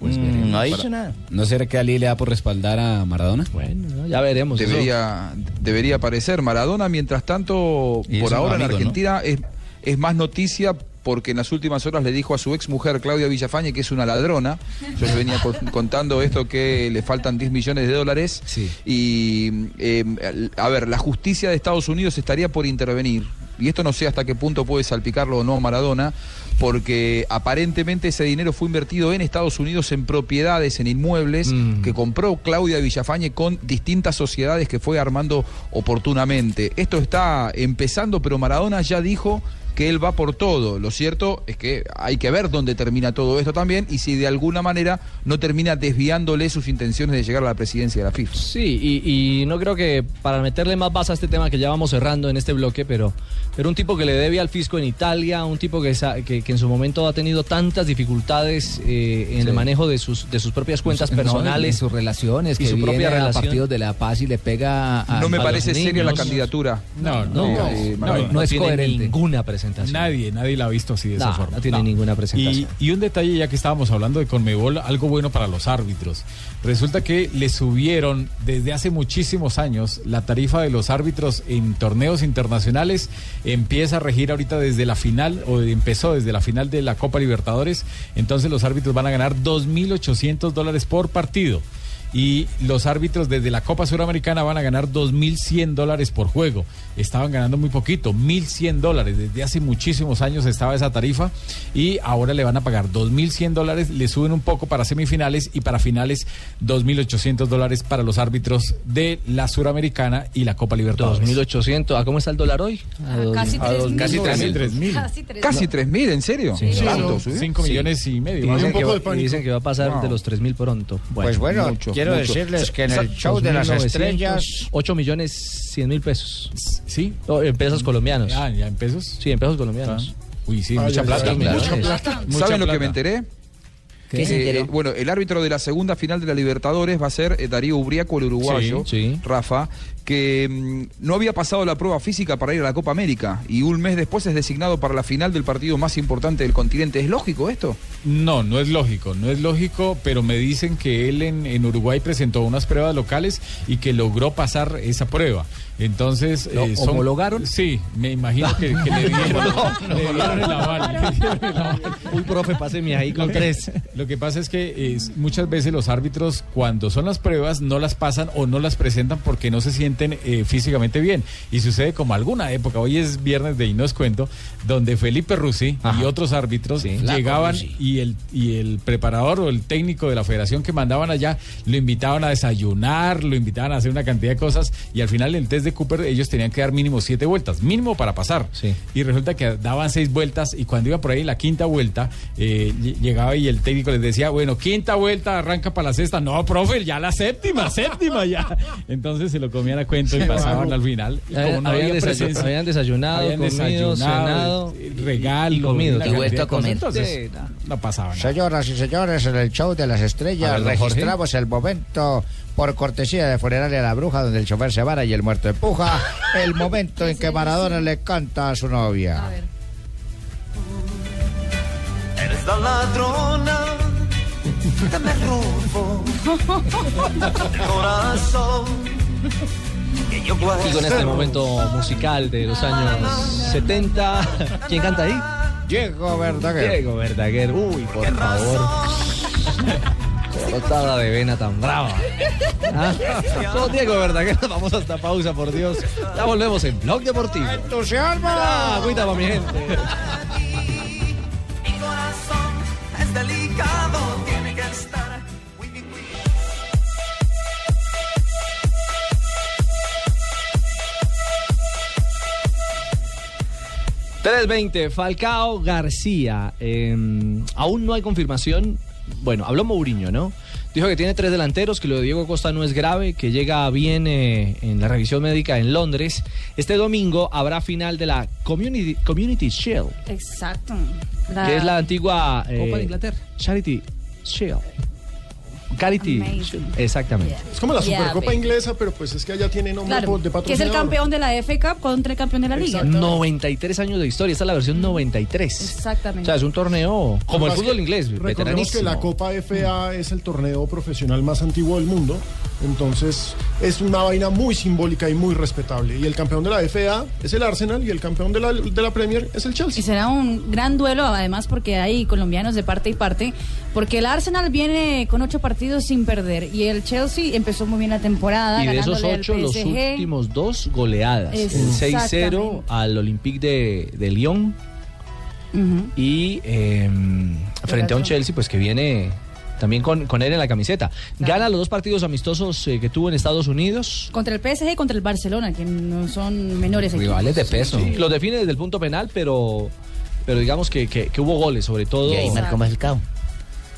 Pues
veremos. no ha dicho
Para-
nada.
¿No será que Ali le da por respaldar a Maradona?
Bueno, ya veremos.
Debería, debería aparecer. Maradona, mientras tanto,
Y es
por
un
ahora en
amigo,
Argentina es, es más noticia porque en las últimas horas le dijo a su ex mujer Claudia Villafañe que es una ladrona. Yo le venía con- contando esto que le faltan 10 millones de dólares. Y eh, al- a ver, la justicia de Estados Unidos estaría por intervenir. Y esto no sé hasta qué punto puede salpicarlo o no a Maradona, porque aparentemente ese dinero fue invertido en Estados Unidos en propiedades, en inmuebles, que compró Claudia Villafañe con distintas sociedades que fue armando oportunamente. Esto está empezando, pero Maradona ya dijo que él va por todo. Lo cierto es que hay que ver dónde termina todo esto también y si de alguna manera no termina desviándole sus intenciones de llegar a la presidencia de la FIFA.
Sí, y, y no creo que para meterle más base a este tema que ya vamos cerrando en este bloque, pero, pero un tipo que le debe al fisco en Italia, un tipo que, sa- que, que en su momento ha tenido tantas dificultades eh, en
Sí.
el manejo de sus, de sus propias cuentas
No,
personales.
y sus relaciones,
y
que
su propia
viene a
relación.
partidos de la paz y le pega a.
No me
a los
parece seria la
niños.
candidatura.
No,
no,
Eh,
no,
eh,
no,
Maradona.
no es
tiene
coherente.
ninguna presentación.
Nadie, nadie la ha visto así de esa
No,
forma.
no tiene ninguna presentación.
Y, y un detalle, ya que estábamos hablando de Conmebol, algo bueno para los árbitros. Resulta que le subieron desde hace muchísimos años la tarifa de los árbitros en torneos internacionales. Empieza a regir ahorita desde la final, o empezó desde la final de la Copa Libertadores. Entonces los árbitros van a ganar 2.800 dólares por partido. y los árbitros desde la Copa Suramericana van a ganar 2.100 dólares por juego. Estaban ganando muy poquito, 1.100 dólares. Desde hace muchísimos años estaba esa tarifa y ahora le van a pagar 2.100 dólares, le suben un poco para semifinales y para finales 2.800 dólares para los árbitros de la Suramericana y la Copa Libertadores.
2.800, ¿a cómo está el dólar hoy?
casi
a dos-
3.000.
casi 3.000.
Casi 3.000, ¿en serio?
Sí, no.
¿Tanto, sí?
5
Sí.
millones y medio.
Y
Hay
dicen,
un
que
poco de
va, y
pánico.
dicen que va a pasar
No.
de los 3.000 pronto.
Pues bueno, quiero
decirles que en el show de las estrellas-
8 millones 100 mil pesos. ¿Sí? en pesos colombianos.
Ah, ¿ya en pesos? Ah.
Sí, en pesos colombianos.
Uy, sí,
mucha plata. Mucha plata. ¿Saben lo que me enteré?
¿Qué
Eh,
se enteró?
eh, bueno, el árbitro de la segunda final de la Libertadores va a ser eh, Darío Ubriaco, el uruguayo, Rafa, que mm, no había pasado la prueba física para ir a la Copa América y un mes después es designado para la final del partido más importante del continente. ¿Es lógico esto?
No, no es lógico, no es lógico, pero me dicen que él en, en Uruguay presentó unas pruebas locales y que logró pasar esa prueba. Entonces,
¿Lo
homologaron? Sí, me imagino que, que le dieron,
No,
le dieron el aval. le dieron el aval.
Uy, profe, páseme ahí con
Lo que-
tres.
Lo que pasa es que es, muchas veces los árbitros, cuando son las pruebas, no las pasan o no las presentan porque no se sienten eh, físicamente bien. Y sucede como alguna época, hoy es viernes de y no os cuento, donde Felipe Rusi y otros árbitros
Flaco
llegaban
Rusi.
y el, y el preparador o el técnico de la federación que mandaban allá lo invitaban a desayunar, lo invitaban a hacer una cantidad de cosas y al final en el test de Cooper ellos tenían que dar mínimo siete vueltas, mínimo para pasar. Y resulta que daban seis vueltas y cuando iba por ahí la quinta vuelta, eh, ll- llegaba y el técnico les decía, bueno, quinta vuelta, arranca para la sexta. No, profe, ya la séptima, séptima ya. Entonces se lo comían a cuento y pasaban al final. Y como no había
habían, desayun-
presencia,
habían desayunado,
habían
comido,
desayunado,
cenado.
eh, regalo,
y comido.
una
Y
cantidad de
vuelto a
cosas.
comer.
Entonces,
Sí,
no pasaba nada.
Señoras y señores, en el show de las
A
estrellas
ver, don Jorge.
registramos el momento por cortesía de Funeraria La Bruja, donde el chofer se vara y el muerto empuja, el momento en que Maradona le canta a su novia.
Eres la ladrona que me robó el corazón que yo
Y con este
guardo.
momento musical de los años 70, ¿quién canta ahí?
Diego Verdaguer.
Diego Verdaguer, uy, por favor. Cortada de vena tan brava. Ah, no, Diego Verdaguer, vamos hasta pausa, por Dios. Ya volvemos en Blog Deportivo.
¡Entusiasmo!
Ah, agüita para mi gente.
Mi corazón es delicado, tiene que estar.
Tres 320, Falcao García. Eh, aún no hay confirmación. Bueno, habló Mourinho, ¿no? Dijo que tiene tres delanteros, que lo de Diego Costa no es grave, que llega bien eh, en la revisión médica en Londres. Este domingo habrá final de la Community, community Shield,
Exacto.
que es la antigua eh,
Copa de Inglaterra.
Charity Shield. Charity
Amazing.
Shield, exactamente.
Es como la
Yeah,
Supercopa
baby.
Inglesa, pero pues es que allá tiene nombre
Claro,
de patrocinador.
que es el campeón de la FA Cup contra el campeón de la Liga.
93 años de historia, esta es la versión 93. O
Mm. Exactamente.
sea, es un torneo como el
Además
fútbol
que
inglés,
Recordemos que la
veteranísimo.
Copa FA es el torneo profesional más antiguo del mundo, entonces es una vaina muy simbólica y muy respetable. Y el campeón de la FA es el Arsenal y el campeón de la, de la Premier es el Chelsea.
Y será un gran duelo, además, porque hay colombianos de parte y parte, porque el Arsenal viene con ocho partidos sin perder y el Chelsea empezó muy bien la temporada.
Y de
ganándole
esos ocho,
al
los
PSG.
últimos dos goleadas. El 6-0 al Olympique de, de Lyon
Ujú.
y eh, frente a un Chelsea, pues que viene también con, con él en la camiseta. Gana los dos partidos amistosos eh, que tuvo en Estados Unidos.
Contra el PSG y contra el Barcelona, que no son menores equipos.
Rivales de peso. Los define desde el punto penal, pero, pero digamos que, que- que hubo goles, sobre todo.
Y ahí marcó Falcao.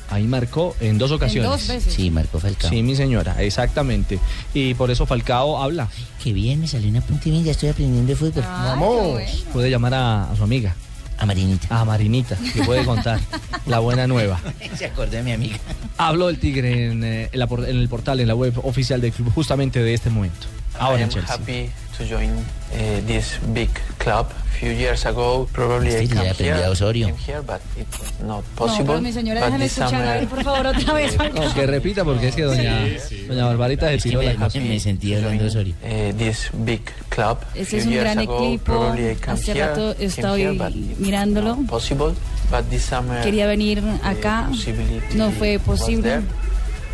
Ahí marcó en dos ocasiones.
dos veces. Sí, marcó Falcao.
Sí, mi señora, exactamente. Y por eso Falcao habla.
Qué bien, me salió una punta y media, estoy aprendiendo de fútbol.
Vamos. Puede llamar a, a su amiga.
A Marinita.
A Marinita, que puede contar la buena nueva.
Se acordó de mi amiga.
Habló el Tigre en, eh, en la por- en el portal, en la web oficial del club, justamente de este momento. Ahora en
I am
Chelsea.
happy to join eh, this big club. A few years ago, probably I
Sí, le
came
aprendió a
here,
Osorio.
came here, but it was not
Pues
No,
possible.
pero mi señora,
But
déjame
this
escuchar,
summer,
a ver, por favor, otra vez.
No, que repita porque es que doña, doña Barbarita se tiró la cosa.
Me sentí hablando de Osorio.
eh, this big club. a
Este
few
es un
years
gran
ago,
equipo.
probably I came
Hace
here,
rato
came
estoy
here, but it
mirándolo.
was
pues, eh,
possible, but this summer
Quería venir
the
acá.
possibility
No fue
was
posible.
there.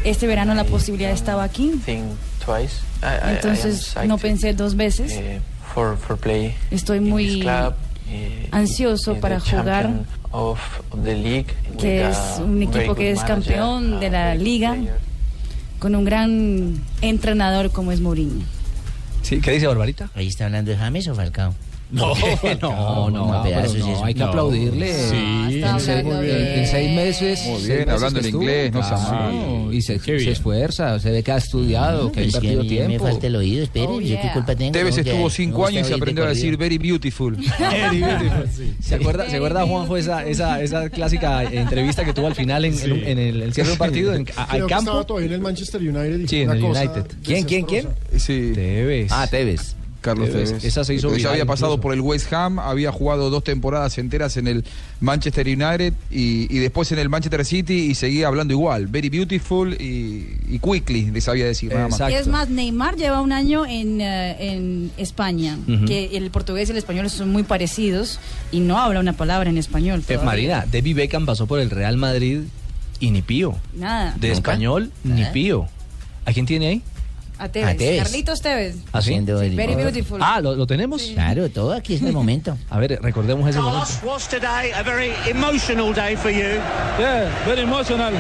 Este verano la posibilidad estaba aquí.
Think twice. I- I- I am
Entonces
psyched,
no pensé dos
uh,
veces.
eh, for, for play
Estoy
in
muy
this club, eh,
uh,
ansioso
in
para
the
jugar,
champion Of the league, with
que
a
es un
very
equipo
good
que es
manager,
campeón
uh,
a
de la
very good
liga,
player.
con un gran entrenador como es Mourinho.
Sí, ¿qué dice Barbarita?
Ahí está hablando de James o Falcao.
No,
no, no, pedazos y eso.
hay que aplaudirle. en, seis, en seis meses.
Muy
seis
bien,
meses
hablando
que
en
estuvo.
inglés, no sea
Claro,
malo.
Y se, se esfuerza, se ve que ha estudiado, que ha
Pero es que
invertido
a mí me
tiempo.
falta el oído, espere,
Oh,
yo qué
yeah.
culpa tengo.
Tevez
no, que
estuvo
me
cinco
gusta
años y
oír de
aprendió a
corrido.
decir very beautiful.
Ah, ¿Se acuerda, ¿se acuerda Juanjo, esa, esa, esa clásica entrevista que tuvo al final en, en un- en el, el cierre de un partido en, a-
Creo
al
que estaba
campo?
todavía en el Manchester United.
Sí,
y fue
en
una
el
cosa
United. ¿Quién, quién, quién?
Sí.
Tevez.
Ah, Tevez. Carlos
Tevez.
Tevez.
Esa se hizo
Entonces,
viral
había pasado
incluso.
por el West Ham, había jugado dos temporadas enteras en el Manchester United y, y después en el Manchester City y seguía hablando igual. Very beautiful y, y quickly, le sabía decir nada más.
Es más, Neymar lleva un año en, eh, en España,
Ujú.
que el portugués y el español son muy parecidos y no habla una palabra en español.
Eh,
todavía.
Marina, Debbie Beckham pasó por el Real Madrid y ni pío.
Nada.
De español, ni pío. ¿A quién tiene ahí?
A Tevez.
A Tevez.
Carlitos Tevez.
¿Así?
Very beautiful.
Ah, ¿lo, lo tenemos? Claro, todo aquí es el momento. A ver, recordemos ese momento.
Carlos, was today a very emotional day for you? Yeah, very emotional.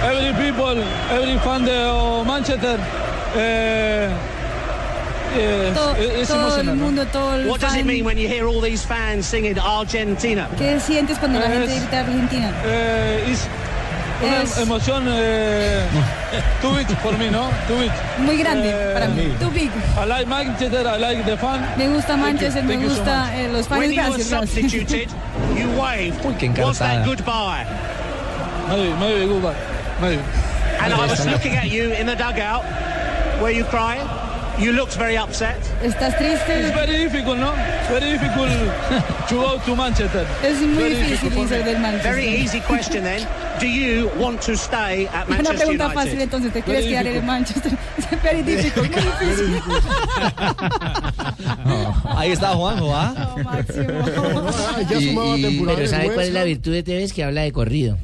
every people, every fan de- of Manchester. eh, eh,
Todo-
es
todo el
emocional, ¿no?
mundo, todo el
What does it
fan.
mean when you hear all these fans singing Argentina?
¿Qué sientes cuando la gente
Eh, Es-
grita Argentina?
eh, es una
Es-
emoción eh, too big for me, ¿no? Too big.
Muy grande
Eh,
para mí. Too big.
I like Manchester, I like the fan.
Me gusta Manchester, me
Thank you so
gusta
much.
eh, los fans.
When you
Gracias,
were
gracias.
substituted, you waved.
qué
Was that
encantada.
goodbye? Maybe, maybe goodbye. Maybe. And I was looking at you in the dugout. Were you crying? You looked very upset.
¿Estás
It's
triste?
very difficult, no? Very difficult to go to Manchester.
Es muy
Very
difícil
difficult for
irse
me.
del Manchester.
Very easy question then. Do you want to stay at
Una
Manchester
pregunta
United?
fácil entonces, ¿te
Very
quieres quedar en
difficult.
Manchester? Very difficult, muy difícil.
Ahí está Juanjo, ¿ah?
Ah, ya sumaba temporada
Pero
en
¿sabe
West
cuál es la
Ham?
virtud de Tevez? Que habla de corrido.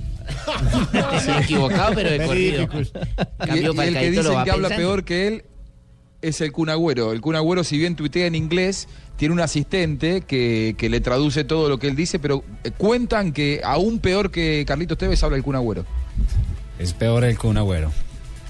Se ha equivocado, pero de corrido.
Y,
Cambio
y el que
Falcaíto lo
dicen
va
que habla
pensando.
peor que él es el Kun Agüero. El Kun Agüero, si bien tuitea en inglés, tiene un asistente que, que le traduce todo lo que él dice, pero eh, cuentan que aún peor que Carlitos Tevez habla el Kun Agüero.
Es peor el que un agüero.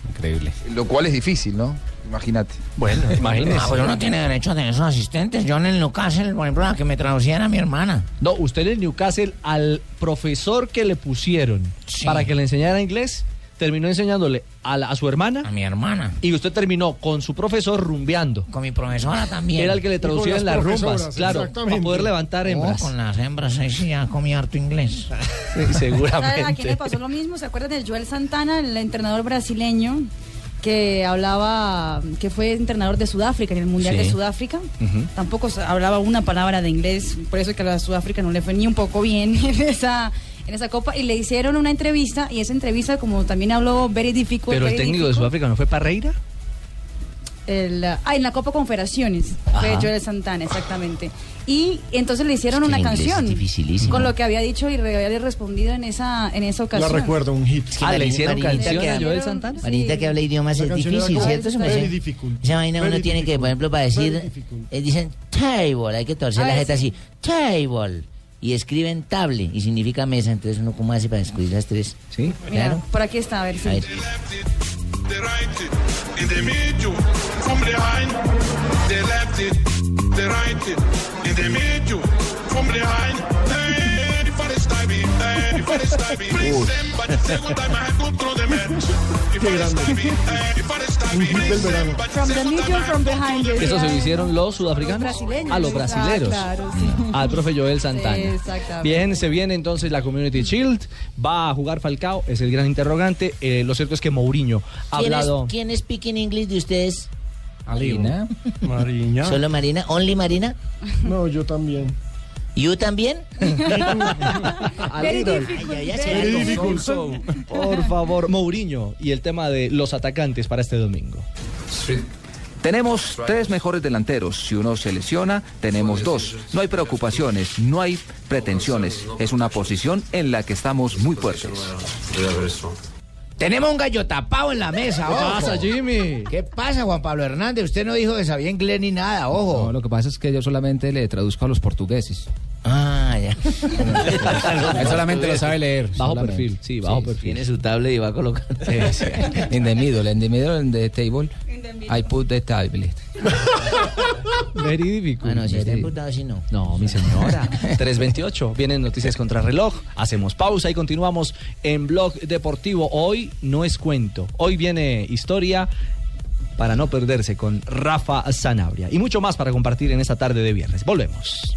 Increíble.
Lo cual es difícil, ¿no? Imagínate.
Bueno,
Ah, pero uno tiene derecho a tener esos asistentes. Yo en el Newcastle, por ejemplo, a que me traduciera a mi hermana.
No, usted en el Newcastle, al profesor que le pusieron para que le enseñara inglés, terminó enseñándole a, la- a su hermana. A
mi hermana.
Y usted terminó con su profesor rumbeando.
Con mi profesora también.
Era el que le
Y con
traducía
las
en las rumbas,
profesoras,
claro, para
exactamente.
poder levantar
Oh,
hembras.
con las hembras ahí sí ya comí harto inglés.
Sí,
¿Sabe ¿A quién le pasó lo mismo? ¿Se acuerdan del Joel Santana, el entrenador brasileño que hablaba, que fue entrenador de Sudáfrica en el Mundial
Sí.
de Sudáfrica? Tampoco sa- hablaba una palabra de inglés, por eso es que a Sudáfrica no le fue ni un poco bien en esa, en esa copa. Y le hicieron una entrevista, y esa entrevista, como también habló Very Difficult.
Pero el
very
técnico de
difficult,
Sudáfrica no fue Parreira.
el, ah, en la Copa Confederaciones fue
Ajá.
Joel Santana, exactamente. Y entonces le hicieron
Es que
una
el inglés es
canción
dificilísimo.
con lo que había dicho y le había respondo en esa, en esa
La
ocasión.
recuerdo, un hit.
Es que Mari- Marinita que habla- Marinita que habla idiomas
La
es
canción era
difícil,
como
¿cierto?
very
Esa-
difficult.
Esa vaina uno
Very
tiene que, por ejemplo, para decir, eh, dicen table, hay que torcer
Ah,
la
sí.
jeta así, table. Y escriben table y significa mesa, entonces uno cómo hace para descubrir las tres.
Sí,
Mira,
claro.
por aquí está, a ver si.
A ver.
the right, in the middle, from behind, the left, the right, in the middle, from behind. Hey, the first time, hey, the first time, please send, but the second time I have control the match. The first time, hey, the first time, please send, but the
From the
second
middle, from behind. yo
Eso se
decía,
lo hicieron los sudafricanos
brasileños.
a los brasileros.
Ah, claro, sí.
Al profe Joel Santana.
Sí, exactamente.
Bien, se viene entonces la Community Shield. Va a jugar Falcao, es el gran interrogante. Eh, lo cierto es que Mourinho ha
¿Quién es,
hablado.
¿Quién es speaking English de ustedes?
Marina.
Mariña.
¿Solo Marina? ¿Only Marina?
No, yo también.
¿You también?
Very
difficult. Ay, ay, ay, será
Very
algo.
difficult.
Por favor, Mourinho y el tema de los atacantes para este domingo.
Tenemos tres mejores delanteros. Si uno se lesiona, tenemos dos. No hay preocupaciones, no hay pretensiones. Es una posición en la que estamos muy fuertes.
Tenemos un gallo tapado en la mesa,
¿Qué
ojo.
pasa,
Jimmy? ¿Qué pasa, Juan Pablo Hernández? Usted no dijo que sabía inglés ni nada, ojo.
No, lo que pasa es que yo solamente le traduzco a los portugueses.
Ah, ya.
Él solamente lo sabe leer.
Bajo
perfil, sí, bajo perfil.
Tiene su tablet y va colocando.
In the middle, in the middle in the table, I put the tablet.
Verídico.
Bueno, si está imputado, si Ah, no.
No, mi señora. 328. Vienen noticias contra reloj. Hacemos pausa y continuamos en Blog Deportivo. Hoy no es cuento. Hoy viene historia para no perderse con Rafa Sanabria. Y mucho más para compartir en esta tarde de viernes. Volvemos.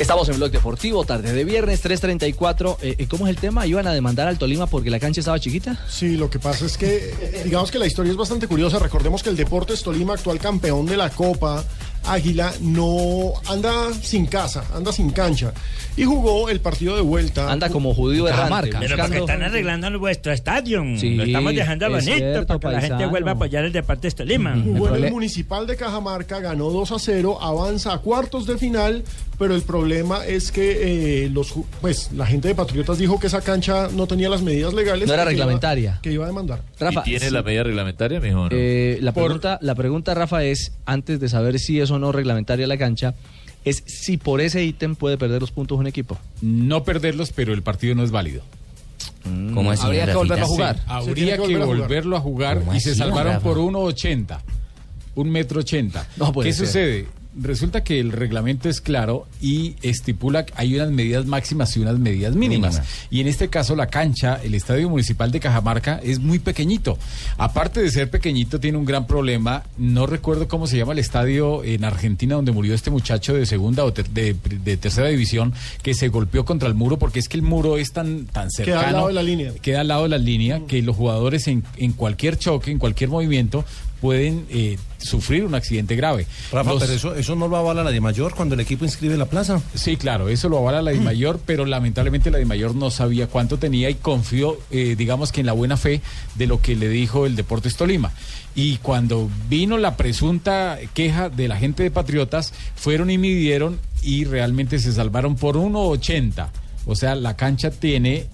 Estamos en Blog Deportivo, tarde de viernes, 3.34. Eh, eh, ¿Cómo es el tema? ¿Iban a demandar al Tolima porque la cancha estaba chiquita?
Sí, lo que pasa es que, eh, digamos que la historia es bastante curiosa. Recordemos que el Deportes Tolima, actual campeón de la Copa Águila, no anda sin casa, anda sin cancha. Y jugó el partido de vuelta. Anda
como judío
Pero porque están arreglando nuestro estadio.
Sí,
lo estamos dejando
es
bonito para
cierto,
que la gente
paisano.
vuelva a apoyar el Deportes Tolima.
Jugó en el Municipal de Cajamarca, ganó 2 a 0, avanza a cuartos de final, pero el problema es que eh, los, ju- pues, la gente de Patriotas dijo que esa cancha no tenía las medidas legales.
No era
y que iba-
reglamentaria.
Que iba a demandar.
Rafa,
¿Y tiene
sí.
la medida reglamentaria, mijo? no?
Eh, la,
Por-
pregunta, la pregunta, Rafa, es, antes de saber si es o no reglamentaria la cancha, es si por ese ítem puede perder los puntos un equipo.
No perderlos, pero el partido no es válido.
¿Cómo así,
Habría que volverlo a
Rafita?
jugar.
Sí, se
habría
tiene
que,
que volver a jugar.
volverlo a jugar
¿Cómo
y se
así,
salvaron
Rafa?
por 1,80. Un metro ochenta.
No puede
¿Qué
ser.
sucede? Resulta que el reglamento es claro y estipula que hay unas medidas máximas y unas medidas mínimas.
Mínimas.
Y en este caso la cancha, el Estadio Municipal de Cajamarca es muy pequeñito. Aparte de ser pequeñito, tiene un gran problema. No recuerdo cómo se llama el estadio en Argentina donde murió este muchacho de segunda o ter- de, de tercera división que se golpeó contra el muro porque es que el muro es tan, tan cercano
Queda al lado de la línea.
queda al lado de la línea, que los jugadores en, en cualquier choque, en cualquier movimiento, pueden eh, sufrir un accidente grave.
Rafa,
Los-
pero Pues eso, eso no lo avala la de mayor cuando el equipo inscribe la plaza. Mm.
Sí, claro, eso lo avala la de mayor, pero lamentablemente la de mayor no sabía cuánto tenía y confió, eh, digamos que en la buena fe de lo que le dijo el Deportes Tolima. Y cuando vino la presunta queja de la gente de Patriotas, fueron y midieron y realmente se salvaron por 1.80. O sea, la cancha tiene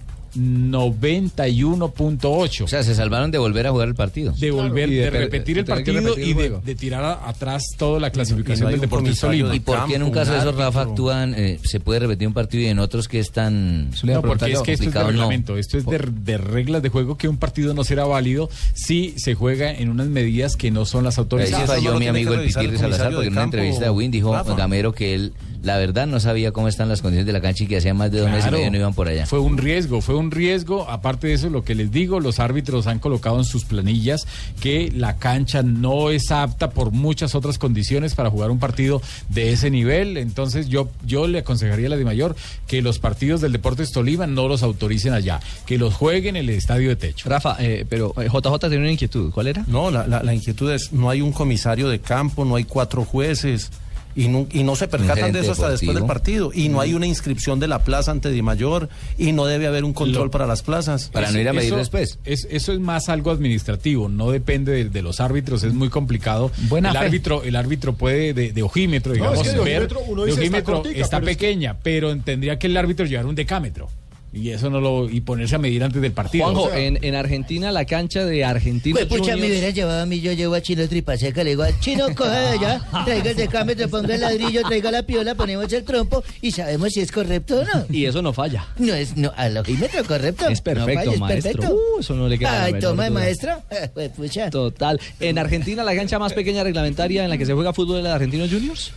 91.8. O
sea, se salvaron de volver a jugar el partido.
de volver,
Y
de,
per-
repetir
de
el
tener que
partido
repetir el
y de,
juego.
de tirar a- atrás toda la clasificación
Y
del Deportes Tolima.
¿Y por qué en un caso de esos, Rafa, actúan, eh, se puede repetir un partido y en otros que están
No, porque es que esto es de
complicado, no?
reglamento, esto es de, de reglas de juego que un partido no será válido si se juega en unas medidas que no son las
Ahí
autorizadas.
falló mi amigo el Pitirri Salazar porque en una entrevista de Win dijo
Rafa.
Gamero que él, la verdad, no sabía cómo están las condiciones de la cancha y que hacía más de dos meses y
Claro.
medio no iban por allá.
Fue un riesgo, fue un riesgo. Aparte de eso, lo que les digo, los árbitros han colocado en sus planillas que la cancha no es apta por muchas otras condiciones para jugar un partido de ese nivel. Entonces yo, yo le aconsejaría a la de mayor que los partidos del Deportes Tolima no los autoricen allá, que los jueguen en el estadio de techo.
Rafa, pero JJ tenía una inquietud, ¿cuál era?
No, la, la- la inquietud es, no hay un comisario de campo, no hay cuatro jueces, y no, y no se percatan
gerente
de eso hasta después del
deportivo.
partido, y no hay una inscripción de la plaza ante Dimayor, y no debe haber un control para las plazas.
Eso- eso- Es, eso es más algo administrativo, no depende de, de los árbitros, es muy complicado.
Buena
el
fe.
árbitro, el árbitro puede de, de ojímetro,
No, es
digamos,
que de
ver-
ojímetro uno dice,
de
está
ojímetro
cortica,
está
pero es-
pequeña, pero tendría que el árbitro llevar un decámetro. Y eso no lo, y ponerse a medir antes del partido.
Juanjo,
O sea,
en, en Argentina la cancha de Argentinos
Pues pucha, me
Juniors-
hubiera llevado a mí, yo llevo a Chino Tripaseca, le digo, a Chino, coge de allá, traiga el decámetro, ponga el ladrillo, traiga la piola, ponemos el trompo y sabemos si es correcto o no.
Y eso no falla.
No es, no, al ojímetro, correcto.
Es perfecto,
No falla, es
maestro.
perfecto.
Uh, eso no le queda la
Ay,
menor
toma,
duda.
maestro. Pues pucha.
Total. En Argentina la cancha más pequeña reglamentaria en la que se juega fútbol es la de Argentinos Juniors.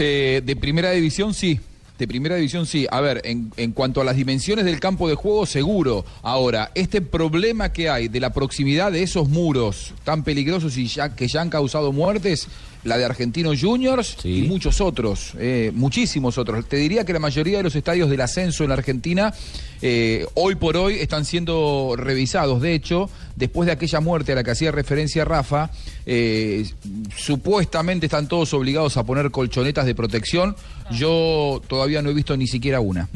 Eh, de primera división, sí. De primera división, sí. A ver, en, en cuanto a las dimensiones del campo de juego, seguro. Ahora, este problema que hay de la proximidad de esos muros tan peligrosos y ya, que ya han causado muertes, la de Argentinos Juniors y muchos otros, eh, muchísimos otros. Te diría que la mayoría de los estadios del ascenso en la Argentina eh, hoy por hoy están siendo revisados. De hecho, después de aquella muerte a la que hacía referencia Rafa, eh, supuestamente están todos obligados a poner colchonetas de protección. Yo todavía no he visto ni siquiera una.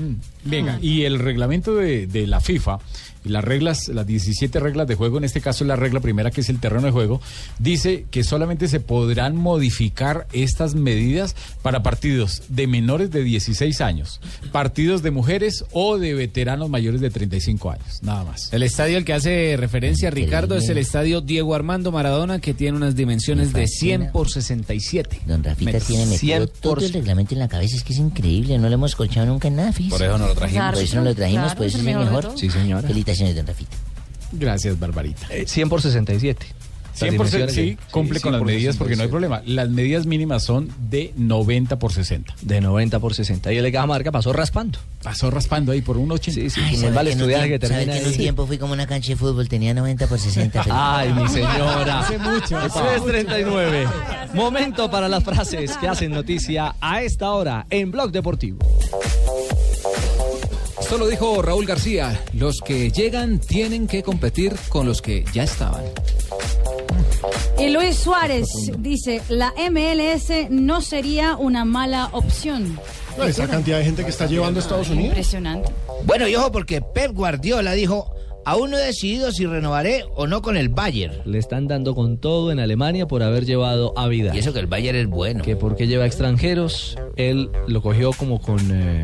Venga, y el reglamento de, de la FIFA, las reglas, las 17 reglas de juego, en este caso la regla primera que es el terreno de juego, dice que solamente se podrán modificar estas medidas para partidos de menores de 16 años, partidos de mujeres o de veteranos mayores de 35 años, nada más.
El estadio al que hace referencia Ricardo es el estadio Diego Armando Maradona, que tiene unas dimensiones de 100 por 67.
Don Rafita
Metros.
tiene metido
100
todo el reglamento en la cabeza, es que es increíble, no lo hemos colchado nunca en nada, fíjese.
Por eso no lo trajimos.
Por eso no lo trajimos,
Claro,
pues,
por
es el
eso es el
mejor de
mejor.
todos.
Sí, señora. Felicitaciones, don Rafita.
Gracias, Barbarita.
100 Eh, por 67.
100% sí, cumple con las medidas porque no hay problema. Las medidas mínimas son de 90 por 60.
De 90 por 60. Y el de Cajamarca pasó raspando.
Pasó raspando ahí por un 80. Sí,
sí, como el mal estudiante que termina
en un
ahí.
tiempo fui como una cancha de fútbol, tenía 90 por 60.
Ay, mi señora.
Hace mucho.
Eso es 39. Momento para las frases que hacen noticia a esta hora en Blog Deportivo.
Esto lo dijo Raúl García. Los que llegan tienen que competir con los que ya estaban.
Y Luis Suárez dice, la MLS no sería una mala opción.
No, esa cantidad de gente que está llevando a Estados Unidos.
Impresionante.
Bueno, y ojo, porque Pep Guardiola dijo, aún no he decidido si renovaré o no con el Bayern.
Le están dando con todo en Alemania por haber llevado a Vidal. Y eso
que el Bayern es bueno.
Que porque lleva extranjeros, él lo cogió como con, eh,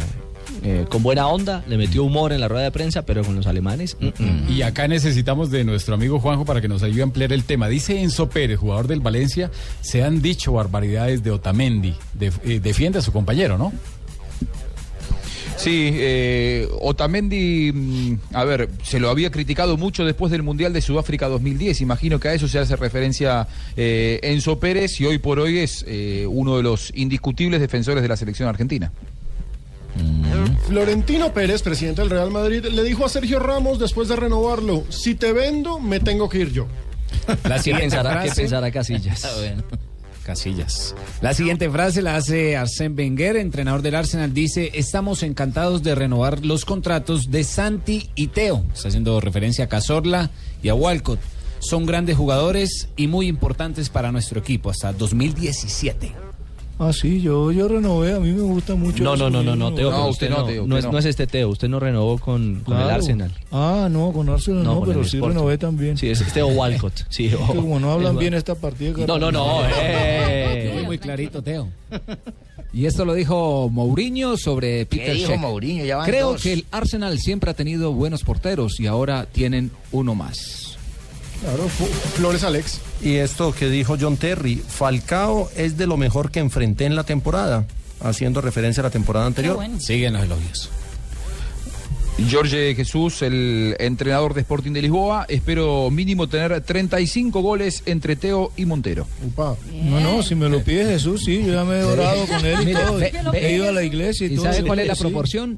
eh, con buena onda, le metió humor en la rueda de prensa, pero con los alemanes... mm, mm.
Y acá necesitamos de nuestro amigo Juanjo para que nos ayude a ampliar el tema. Dice Enzo Pérez, jugador del Valencia, se han dicho barbaridades de Otamendi. Def- eh, defiende a su compañero, ¿no?
Sí, eh, Otamendi, mm, a ver, se lo había criticado mucho después del Mundial de Sudáfrica 2010. Imagino que a eso se hace referencia eh, Enzo Pérez y hoy por hoy es eh, uno de los indiscutibles defensores de la selección argentina.
Florentino Pérez, presidente del Real Madrid, le dijo a Sergio Ramos después de renovarlo, si te vendo, me tengo que ir yo.
La
¿Qué
siguiente
pensará,
frase-
qué pensará
Ah,
Casillas?
Casillas. La siguiente frase la hace Arsène Wenger, entrenador del Arsenal, dice, estamos encantados de renovar los contratos de Santi y Teo. Está haciendo referencia a Cazorla y a Walcott. Son grandes jugadores y muy importantes para nuestro equipo hasta 2017.
Ah, sí, yo, yo renové, a mí me gusta mucho.
No, no,
eso,
no, no,
yo
no,
renové.
Teo. pero usted no, es, no es este Teo, usted no renovó con, con el
Claro.
Arsenal.
Ah, no, con Arsenal
No,
no,
con
pero
el
sí
Sporting.
renové también.
Sí, es Teo Walcott. Sí,
Es que
oh.
como no hablan
Es-
bien esta partida... que-
No, no, no, eh.
Muy, muy clarito, Teo.
Y esto lo dijo Mourinho sobre Peter
dijo
Cech.
Mourinho? Ya van
Creo
dos.
que el Arsenal siempre ha tenido buenos porteros y ahora tienen uno más.
Claro, Fu- Flores Alex.
Y esto que dijo John Terry, Falcao es de lo mejor que enfrenté en la temporada, haciendo referencia a la temporada anterior.
Siguen los elogios.
Jorge Jesús, el entrenador de Sporting de Lisboa, espero mínimo tener 35 goles entre Teo y Montero.
No, no, si me lo pide Jesús, sí, yo ya me he orado con él y
Mire,
todo.
ve- ve-
He ido a la iglesia y,
¿Y
todo.
sabe cuál es la
Sí.
proporción?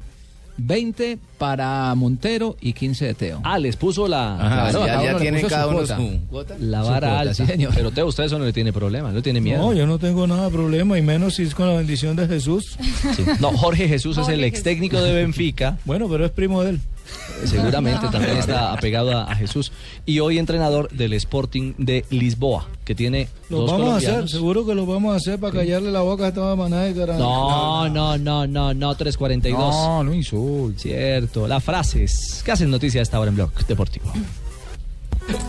20 para Montero y 15 de Teo.
Ah, les puso la.
Ajá, ya-
Claro, Ah, cada
ya
uno le
tiene
puso
cada uno
cuota.
su cuota.
La
Su
vara
cuota,
alta.
sí, señor.
Pero Teo, usted eso no le tiene problema, no tiene miedo.
No, yo no tengo nada de problema, y menos si es con la bendición de Jesús.
No, Jorge Jesús es el ex técnico de Benfica.
Bueno, pero es primo de él.
Seguramente
No.
también está apegado a, a Jesús. Y hoy entrenador del Sporting de Lisboa, que tiene
Lo
dos
vamos a hacer,
colombianos.
seguro que lo vamos a hacer para callarle la boca a esta manada de caramba.
No, no, no, no, no, 342.
No, no insultes.
Cierto, las frases que hacen noticia a esta hora en Blog Deportivo.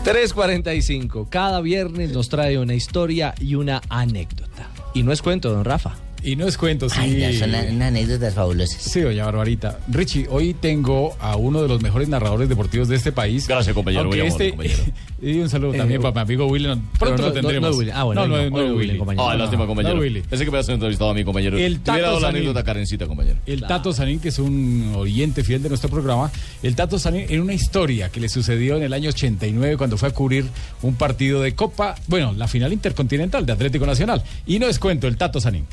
345. Cada viernes nos trae una historia y una anécdota. Y no es cuento, don Rafa.
Y no es cuento, sí.
Ay, ya son las-
unas anécdotas fabulosas. Sí, doña Barbarita. Richie, hoy tengo a uno de los mejores narradores deportivos de este país. Gracias,
compañero, muy amable,
este, y un saludo también
Eh,
para mi amigo William.
Pero
Pronto lo tendremos.
es Willy.
no, no, no, es Willy.
Ah, lástima,
No,
compañero.
no es Willy.
Ese que me has entrevistado a mi compañero.
El
Te hubiera
Tato
dado la
Sanín.
anécdota Karencita, compañero.
El Tato Sanín, que es un oyente fiel de nuestro programa, el Tato Sanín en una historia que le sucedió en el año 89 cuando fue a cubrir un partido de Copa, bueno, la final intercontinental de Atlético Nacional. Y no es cuento, el Tato Sanín.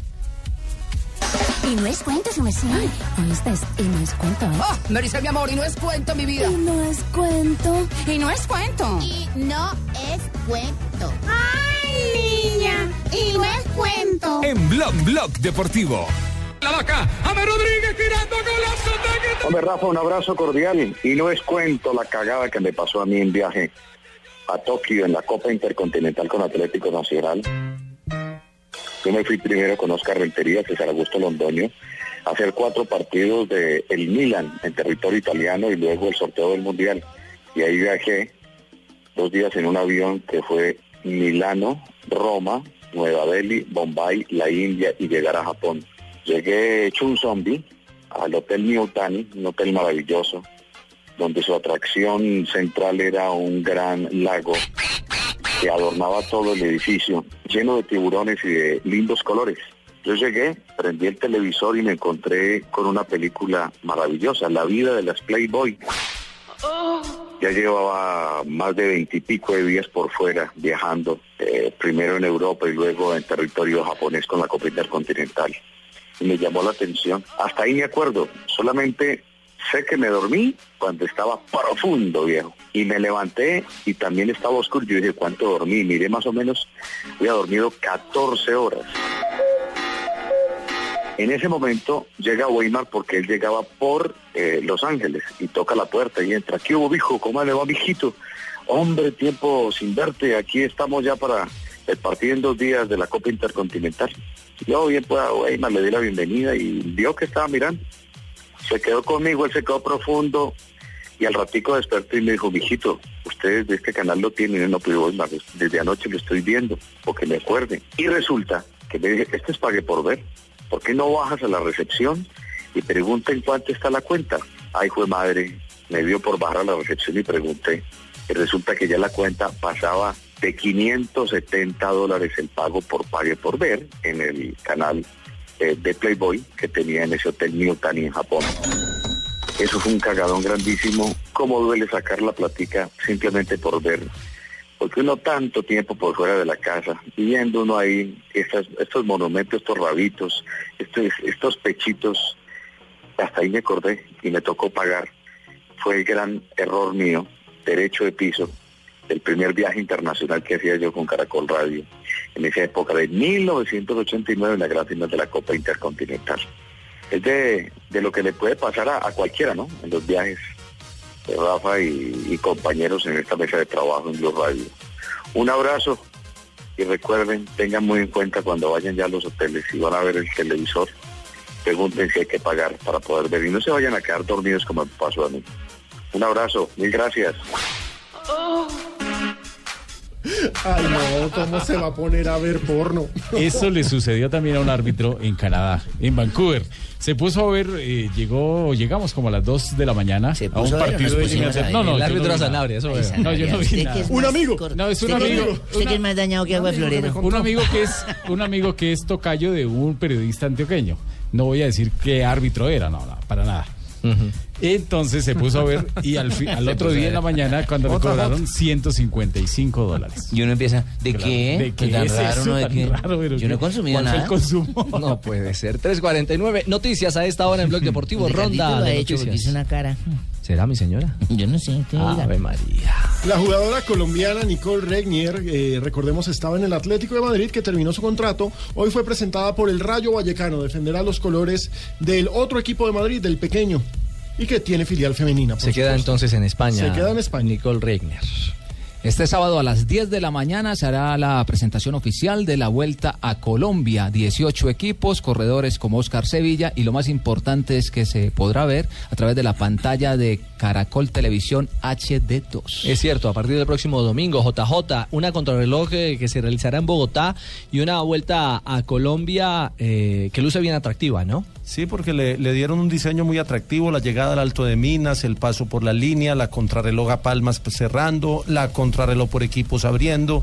Y no es cuento, su merced. Esta es y no es cuento, ¿eh?
Oh, Marisa, mi amor, y no es cuento, mi vida.
Y no es cuento.
Y no es cuento.
Y no es cuento. ¡Ay, niña! Y no es cuento.
En Blog Blog Deportivo. La vaca, James Rodríguez tirando golazo. Hombre, Rafa, un abrazo cordial. Y no es cuento la cagada que me pasó a mí en viaje
a Tokio en la Copa Intercontinental con Atlético Nacional. Yo me fui primero con Oscar Rentería, César Augusto Londoño, a hacer cuatro partidos de el Milan en territorio italiano y luego el sorteo del Mundial. Y ahí viajé dos días en un avión que fue Milano, Roma, Nueva Delhi, Bombay, la India y llegar a Japón. Llegué hecho un zombie al Hotel Niutani, un hotel maravilloso, donde su atracción central era un gran lago que adornaba todo el edificio, lleno de tiburones y de lindos colores. Yo llegué, prendí el televisor y me encontré con una película maravillosa, La vida de las Playboy.
Oh.
Ya llevaba más de veintipico de días por fuera viajando, eh, primero en Europa y luego en territorio japonés con la Copa Intercontinental. Y me llamó la atención. Hasta ahí me acuerdo, solamente sé que me dormí cuando estaba profundo, viejo. Y me levanté y también estaba oscuro. Yo dije, ¿cuánto dormí? Miré más o menos, había dormido 14 horas. En ese momento llega Weimar porque él llegaba por eh, Los Ángeles y toca la puerta y entra. ¿Qué hubo, hijo? ¿Cómo le va, mijito? Hombre, tiempo sin verte. Aquí estamos ya para el partido en dos días de la Copa Intercontinental. Yo bien pues a Weimar le di la bienvenida y vio que estaba mirando. Se quedó conmigo, él se quedó profundo y al ratico despertó y me dijo, mijito, ustedes de este canal lo tienen, Y yo, no pido Weimar, desde anoche lo estoy viendo, porque me acuerden. Y resulta que me dije, este es pague por ver. ¿por qué no bajas a la recepción y pregunta en cuánto está la cuenta? Ay, fue madre, me dio por bajar a la recepción y pregunté. Y resulta que ya la cuenta pasaba de 570 dólares el pago por pague por ver en el canal eh, de Playboy que tenía en ese hotel Newtani en Japón. Eso fue un cagadón grandísimo. ¿Cómo duele sacar la platica simplemente por ver? Porque uno tanto tiempo por fuera de la casa, viendo uno ahí estas, estos monumentos, estos rabitos, estos, este, estos pechitos, hasta ahí me acordé y me tocó pagar. Fue el gran error mío, derecho de piso, el primer viaje internacional que hacía yo con Caracol Radio, en esa época de 1989 en la gran final de la Copa Intercontinental. Es de, de lo que le puede pasar a, a cualquiera, ¿no? En los viajes. Rafa y, y, compañeros en esta mesa de trabajo en Blue Radio. Un abrazo y recuerden, tengan muy en cuenta cuando vayan ya a los hoteles y van a ver el televisor, pregunten si hay que pagar para poder ver y no se vayan a quedar dormidos como me pasó a mí. Un abrazo, mil gracias.
Ay, no, ¿cómo se va a poner a ver porno?
Eso le sucedió también a un árbitro en Canadá, en Vancouver. Se puso a ver, eh, llegó, llegamos como a las 2 de la mañana
Se
a un
puso a ver,
partido
nos
de
pusimos a ver.
No, no,
El
yo
árbitro
no vi
era
nada.
Sanabria, eso veo.
No, yo no
Usted
vi
que
nada.
es más corto.
No, es un
Usted que-
amigo.
Usted que es más dañado que agua florera.
Un amigo que es un amigo que es tocayo de un periodista antioqueño. No voy a decir qué árbitro era, no, no, para nada. Entonces se puso a ver y al, fi- al
Se
otro
puso a
día en
ver.
la mañana cuando le
Otra
cobraron 155 dólares.
Y uno empieza, ¿de
Claro,
qué? Pues
¿de
Pues
qué
Tan
es
raro,
eso?
¿no? ¿De
Tan
qué?
raro, pero
Yo no he
¿qué?
consumido
¿Cuál fue
nada.
el consumo?
No puede ser. 349. Noticias a esta hora en Blog Deportivo.
Ricardito
Ronda
lo ha
de
hecho porque
noticias.
hizo una cara.
¿Será mi señora?
Yo no sé. usted diga.
Ave María.
La jugadora colombiana Nicole Regnier, eh, recordemos, estaba en el Atlético de Madrid que terminó su contrato. Hoy fue presentada por el Rayo Vallecano. Defenderá los colores del otro equipo de Madrid, del pequeño, y que tiene filial femenina. por
Se queda
supuesto.
entonces en España.
Se queda en España.
Nicole Regner.
Este sábado a las 10 de la mañana se hará la presentación oficial de la Vuelta a Colombia. 18 equipos, corredores como Oscar Sevilla y lo más importante es que se podrá ver a través de la pantalla de Caracol Televisión HD2.
Es cierto, a partir del próximo domingo, JJ, una contrarreloj eh, que se realizará en Bogotá y una vuelta a Colombia eh, que luce bien atractiva, ¿no?
Sí, porque le, le dieron un diseño muy atractivo, la llegada al Alto de Minas, el paso por la línea, la contrarreloj a Palmas pues, cerrando, la contrarreloj por equipos abriendo.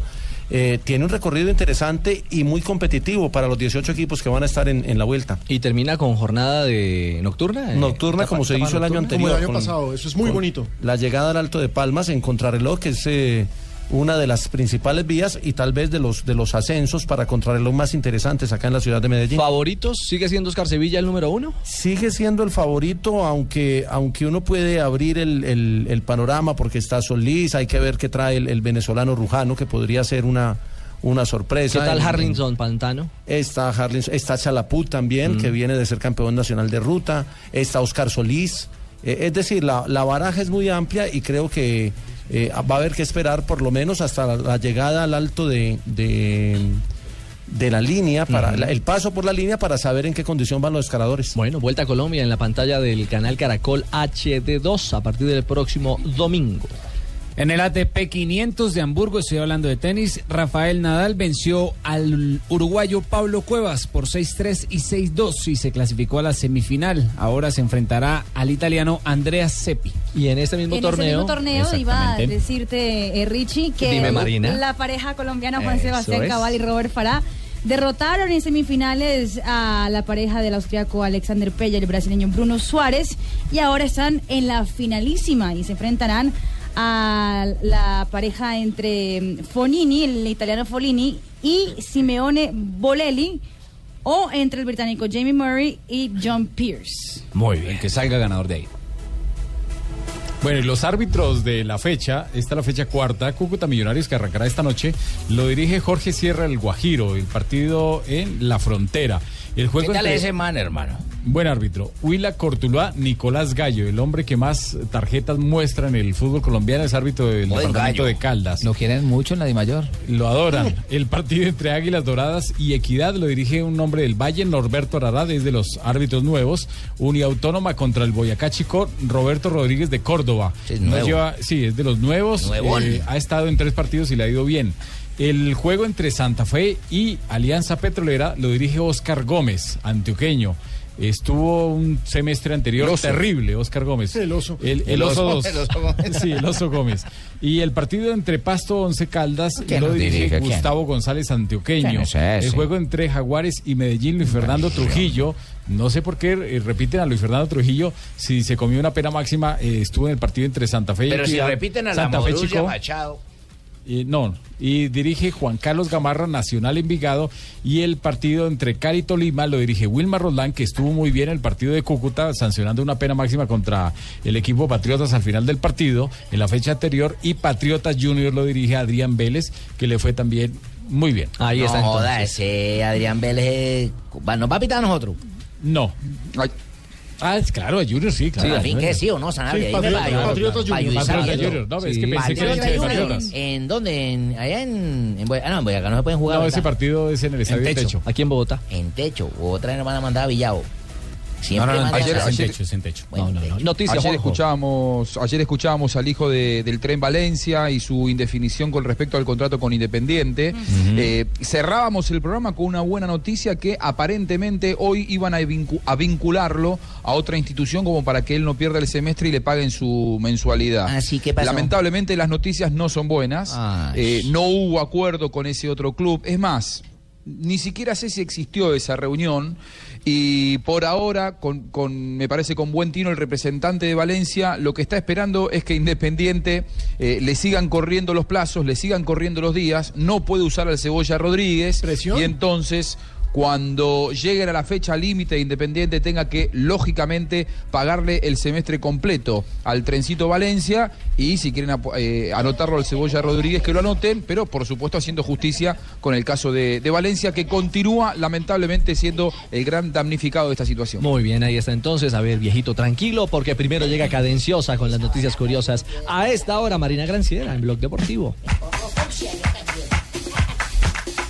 Eh, tiene un recorrido interesante y muy competitivo para los 18 equipos que van a estar en, en la vuelta.
Y termina con jornada de nocturna. eh,
Nocturna
etapa-
como se
etapa
hizo el año
nocturna.
anterior.
Como el año
con-
pasado, eso es muy
con
bonito.
La llegada al Alto de Palmas en contrarreloj, que es eh, una de las principales vías y tal vez de los, de los ascensos para contrarreloj más interesantes acá en la ciudad de Medellín.
¿Favoritos? ¿Sigue siendo Oscar Sevilla el número uno?
Sigue siendo el favorito, aunque, aunque uno puede abrir el, el- el panorama porque está Solís, hay que ver qué trae el, el venezolano Rujano, que podría ser una, una
¿Qué
sorpresa.
tal
En-
Harlinson Pantano?
Está Harlin, está Chalaput también, que viene de ser campeón nacional de ruta, está Oscar Solís. Eh, es decir, la, la baraja es muy amplia y creo que eh, va a haber que esperar por lo menos hasta la, la llegada al alto de, de, de la línea, para la- el paso por la línea para saber en qué condición van los escaladores.
Bueno, vuelta a Colombia en la pantalla del canal Caracol HD2 a partir del próximo domingo.
En el ATP 500 de Hamburgo, estoy hablando de tenis, Rafael Nadal venció al uruguayo Pablo Cuevas por 6-3 y 6-2 y se clasificó a la semifinal. Ahora se enfrentará al italiano Andrea Seppi.
Y en este
En ese mismo torneo iba a decirte, eh, Richie, que
Dime, Marina.
la pareja colombiana Juan
Eso
Sebastián
es.
Cabal y Robert Farah derrotaron en semifinales a la pareja del austriaco Alexander Pella y el brasileño Bruno Suárez y ahora están en la finalísima y se enfrentarán a la pareja entre mm, Fonini, el italiano Folini, y Simeone Bolelli, o entre el británico Jamie Murray y John Pierce.
Muy bien. que salga ganador de ahí.
Bueno, y los árbitros de la fecha, esta es la fecha cuarta, Cúcuta Millonarios que arrancará esta noche, lo dirige Jorge Sierra el Guajiro, el partido en la frontera. El juego
¿Qué tal
entre-
ese man, hermano?
Buen árbitro. Huila Cortuluá, Nicolás Gallo, el hombre que más tarjetas muestra en el fútbol colombiano, es árbitro del
Buen
departamento
Gallo.
de Caldas. Lo
quieren mucho en la Dimayor.
Lo adoran. El partido entre Águilas Doradas y Equidad lo dirige un hombre del Valle, Norberto Arad, es de los árbitros nuevos. Uniautónoma contra el Boyacá Chico, Roberto Rodríguez de Córdoba.
es
No
nuevo.
lleva- sí, es de los nuevos. eh,
Nuevón.
ha estado en tres partidos y le ha ido bien. El juego entre Santa Fe y Alianza Petrolera lo dirige Oscar Gómez, antioqueño. Estuvo un semestre anterior
El oso.
terrible, Oscar Gómez.
El oso.
El, el
El
oso,
oso.
dos.
El oso Gómez.
Sí, el oso Gómez. Y el partido entre Pasto Once Caldas
¿Quién
lo
nos
dirige,
dirige? ¿Quién?
Gustavo González Antioqueño.
¿Quién es ese?
el juego entre Jaguares y Medellín, Luis Fernando Trujillo. No sé por qué eh, repiten a Luis Fernando Trujillo si se comió una pena máxima, eh, estuvo en el partido entre Santa Fe y
Pero si
Equidad.
repiten a la
Santa Fe
Morusia
Chico.
Machado.
Y, no, y dirige Juan Carlos Gamarra, Nacional Envigado, y el partido entre Cali y Tolima lo dirige Wilmar Roldán, que estuvo muy bien en el partido de Cúcuta, sancionando una pena máxima contra el equipo Patriotas al final del partido, en la fecha anterior, y Patriotas Junior lo dirige Adrián Vélez, que le fue también muy bien.
no joda,
entonces.
ese Adrián Vélez eh, va- nos va a pitar a nosotros.
No. Ah, es claro, a Junior sí, claro.
Sí, al fin que sí o no, Sanabria.
Sí,
ahí me
Patriota-
va a
Patriotas
ayudar.
Junior.
Patriota
Patriotas
Junior.
Junior, no, es que pensé que era
Patriota
hincha de
Junior,
Patriotas.
¿En, en dónde? En- allá en, en Boy- Ah, no, en Boyacá no se pueden jugar.
No,
¿verdad?
ese partido es en el estadio de
techo.
techo. Aquí en Bogotá.
En techo. Otra vez nos van a mandar a Villavo. Siempre
No, no, no,
mandan
ayer-
a-
ayer-
Bueno, techo.
ayer escuchábamos, ayer escuchábamos al hijo de- del Tren Valencia y su indefinición con respecto al contrato con Independiente. Eh, cerrábamos el programa con una buena noticia que aparentemente hoy iban a, vincu- a vincularlo a otra institución como para que él no pierda el semestre y le paguen su mensualidad.
Así que pasó.
Lamentablemente las noticias no son buenas. Eh, no hubo acuerdo con ese otro club. Es más, ni siquiera sé si existió esa reunión. Y por ahora, con, con- me parece con buen tino el representante de Valencia, lo que está esperando es que Independiente eh, le sigan corriendo los plazos, le sigan corriendo los días, no puede usar al Cebolla Rodríguez. Y entonces, cuando lleguen a la fecha límite, Independiente tenga que, lógicamente, pagarle el semestre completo al Trencito Valencia y si quieren apo- eh, anotarlo al Cebolla Rodríguez, que lo anoten, pero por supuesto haciendo justicia con el caso de, de Valencia, que continúa lamentablemente siendo el gran damnificado de esta situación.
Muy bien, ahí está entonces. A ver, viejito, tranquilo, porque primero llega cadenciosa con las noticias curiosas. A esta hora, Marina Granciera, en Blog Deportivo.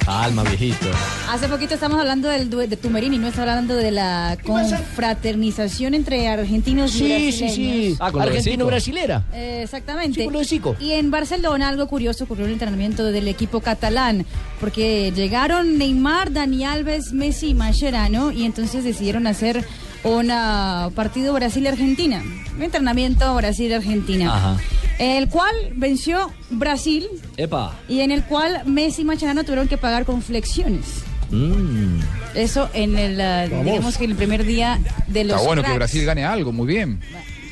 Calma, viejito.
Hace poquito estamos hablando del due- de Tumerini, no está hablando de la confraternización entre argentinos y
Sí, sí,
brasileños.
sí.
Ah, con lo de
Argentino-brasilera.
Eh, Exactamente.
Círculo de cinco.
Y en Barcelona algo curioso ocurrió en el entrenamiento del equipo catalán, porque llegaron Neymar, Dani Alves, Messi y Mascherano, y entonces decidieron hacer un ah, partido Brasil-Argentina, un entrenamiento Brasil-Argentina,
Ajá.
el cual venció Brasil
Epa.
y en el cual Messi y Mascherano tuvieron que pagar con flexiones.
Mm.
Eso en el, ah,
Vamos.
digamos que en el primer día de los
Está bueno que
cracks.
Brasil gane algo, muy bien.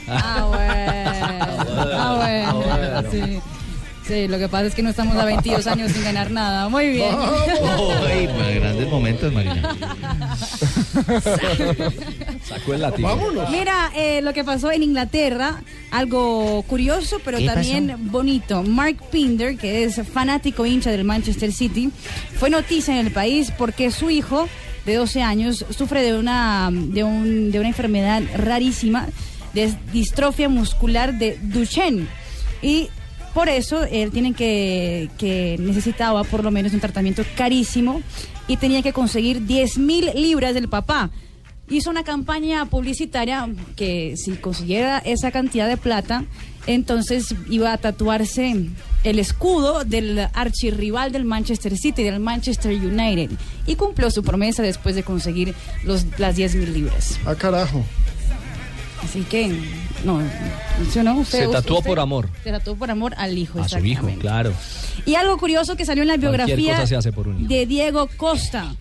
Ah, bueno. Ah, bueno.
Ah, bueno.
Sí. Sí, lo que pasa es que no estamos a 22 años sin ganar nada. Muy bien.
grandes momentos, Marina.
Sacó el látigo.
Mira, eh, lo que pasó en Inglaterra, algo curioso, pero
¿Qué
también bonito. Mark Pinder, que es fanático hincha del Manchester City, fue noticia en el país porque su hijo de 12 años sufre de una, de un- de una enfermedad rarísima, de distrofia muscular de Duchenne. Y Por eso él tiene que, que necesitaba por lo menos un tratamiento carísimo y tenía que conseguir 10 mil libras del papá. Hizo una campaña publicitaria que si consiguiera esa cantidad de plata, entonces iba a tatuarse el escudo del archirrival del Manchester City, del Manchester United, y cumplió su promesa después de conseguir los, las 10 mil libras.
Ah, carajo.
Así que, no, ¿sí o no? Usted-
Se tatuó
usted-
por amor.
Se tatuó por amor al hijo,
A su hijo,
exactamente.
claro.
Y algo curioso que salió en la
Cualquier
biografía
cosa se hace por un hijo.
de Diego Costa.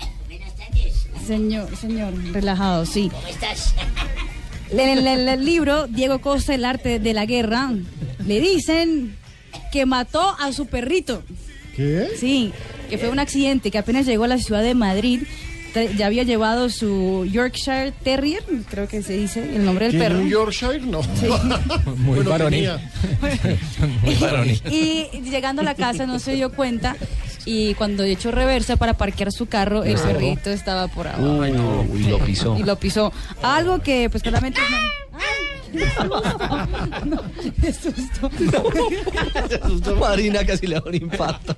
Señor, señor, relajado, sí.
¿Cómo estás?
En el, en el libro Diego Costa, El arte de la guerra, le dicen que mató a su perrito.
¿Qué?
Sí, que fue un accidente, que apenas llegó a la ciudad de Madrid, tra- ya había llevado su Yorkshire Terrier, creo que se dice el nombre del
¿Tiene
perro.
un Yorkshire? No.
Muy
Bueno,
varonil.
tenía.
Muy varonil.
Y llegando a la casa no se dio cuenta y cuando echó reversa para parquear su carro, el
No.
perrito estaba por abajo.
Uy, lo pisó.
Y lo pisó. Algo que pues claramente...
Marina casi le da un impacto.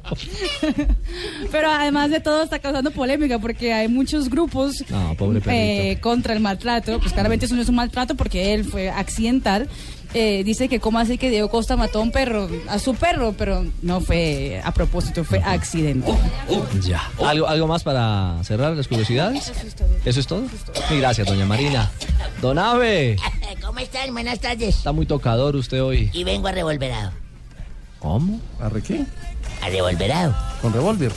Pero además de todo está causando polémica porque hay muchos grupos
No, pobre perrito.
eh, contra el maltrato. Pues claramente eso no es un maltrato porque él fue accidental. Eh, dice que cómo así que Diego Costa mató a un perro, a su perro, pero no fue a propósito, fue accidente.
Ya.
Oh.
¿Algo, ¿Algo más para cerrar las curiosidades? ¿Eso es todo? Y gracias, doña Marina. Don Ave,
¿Cómo están? Buenas tardes.
está muy tocador usted hoy.
Y vengo arrevolverado.
¿Cómo?
¿Arre qué?
¿Arrevolverado?
¿Con revólver?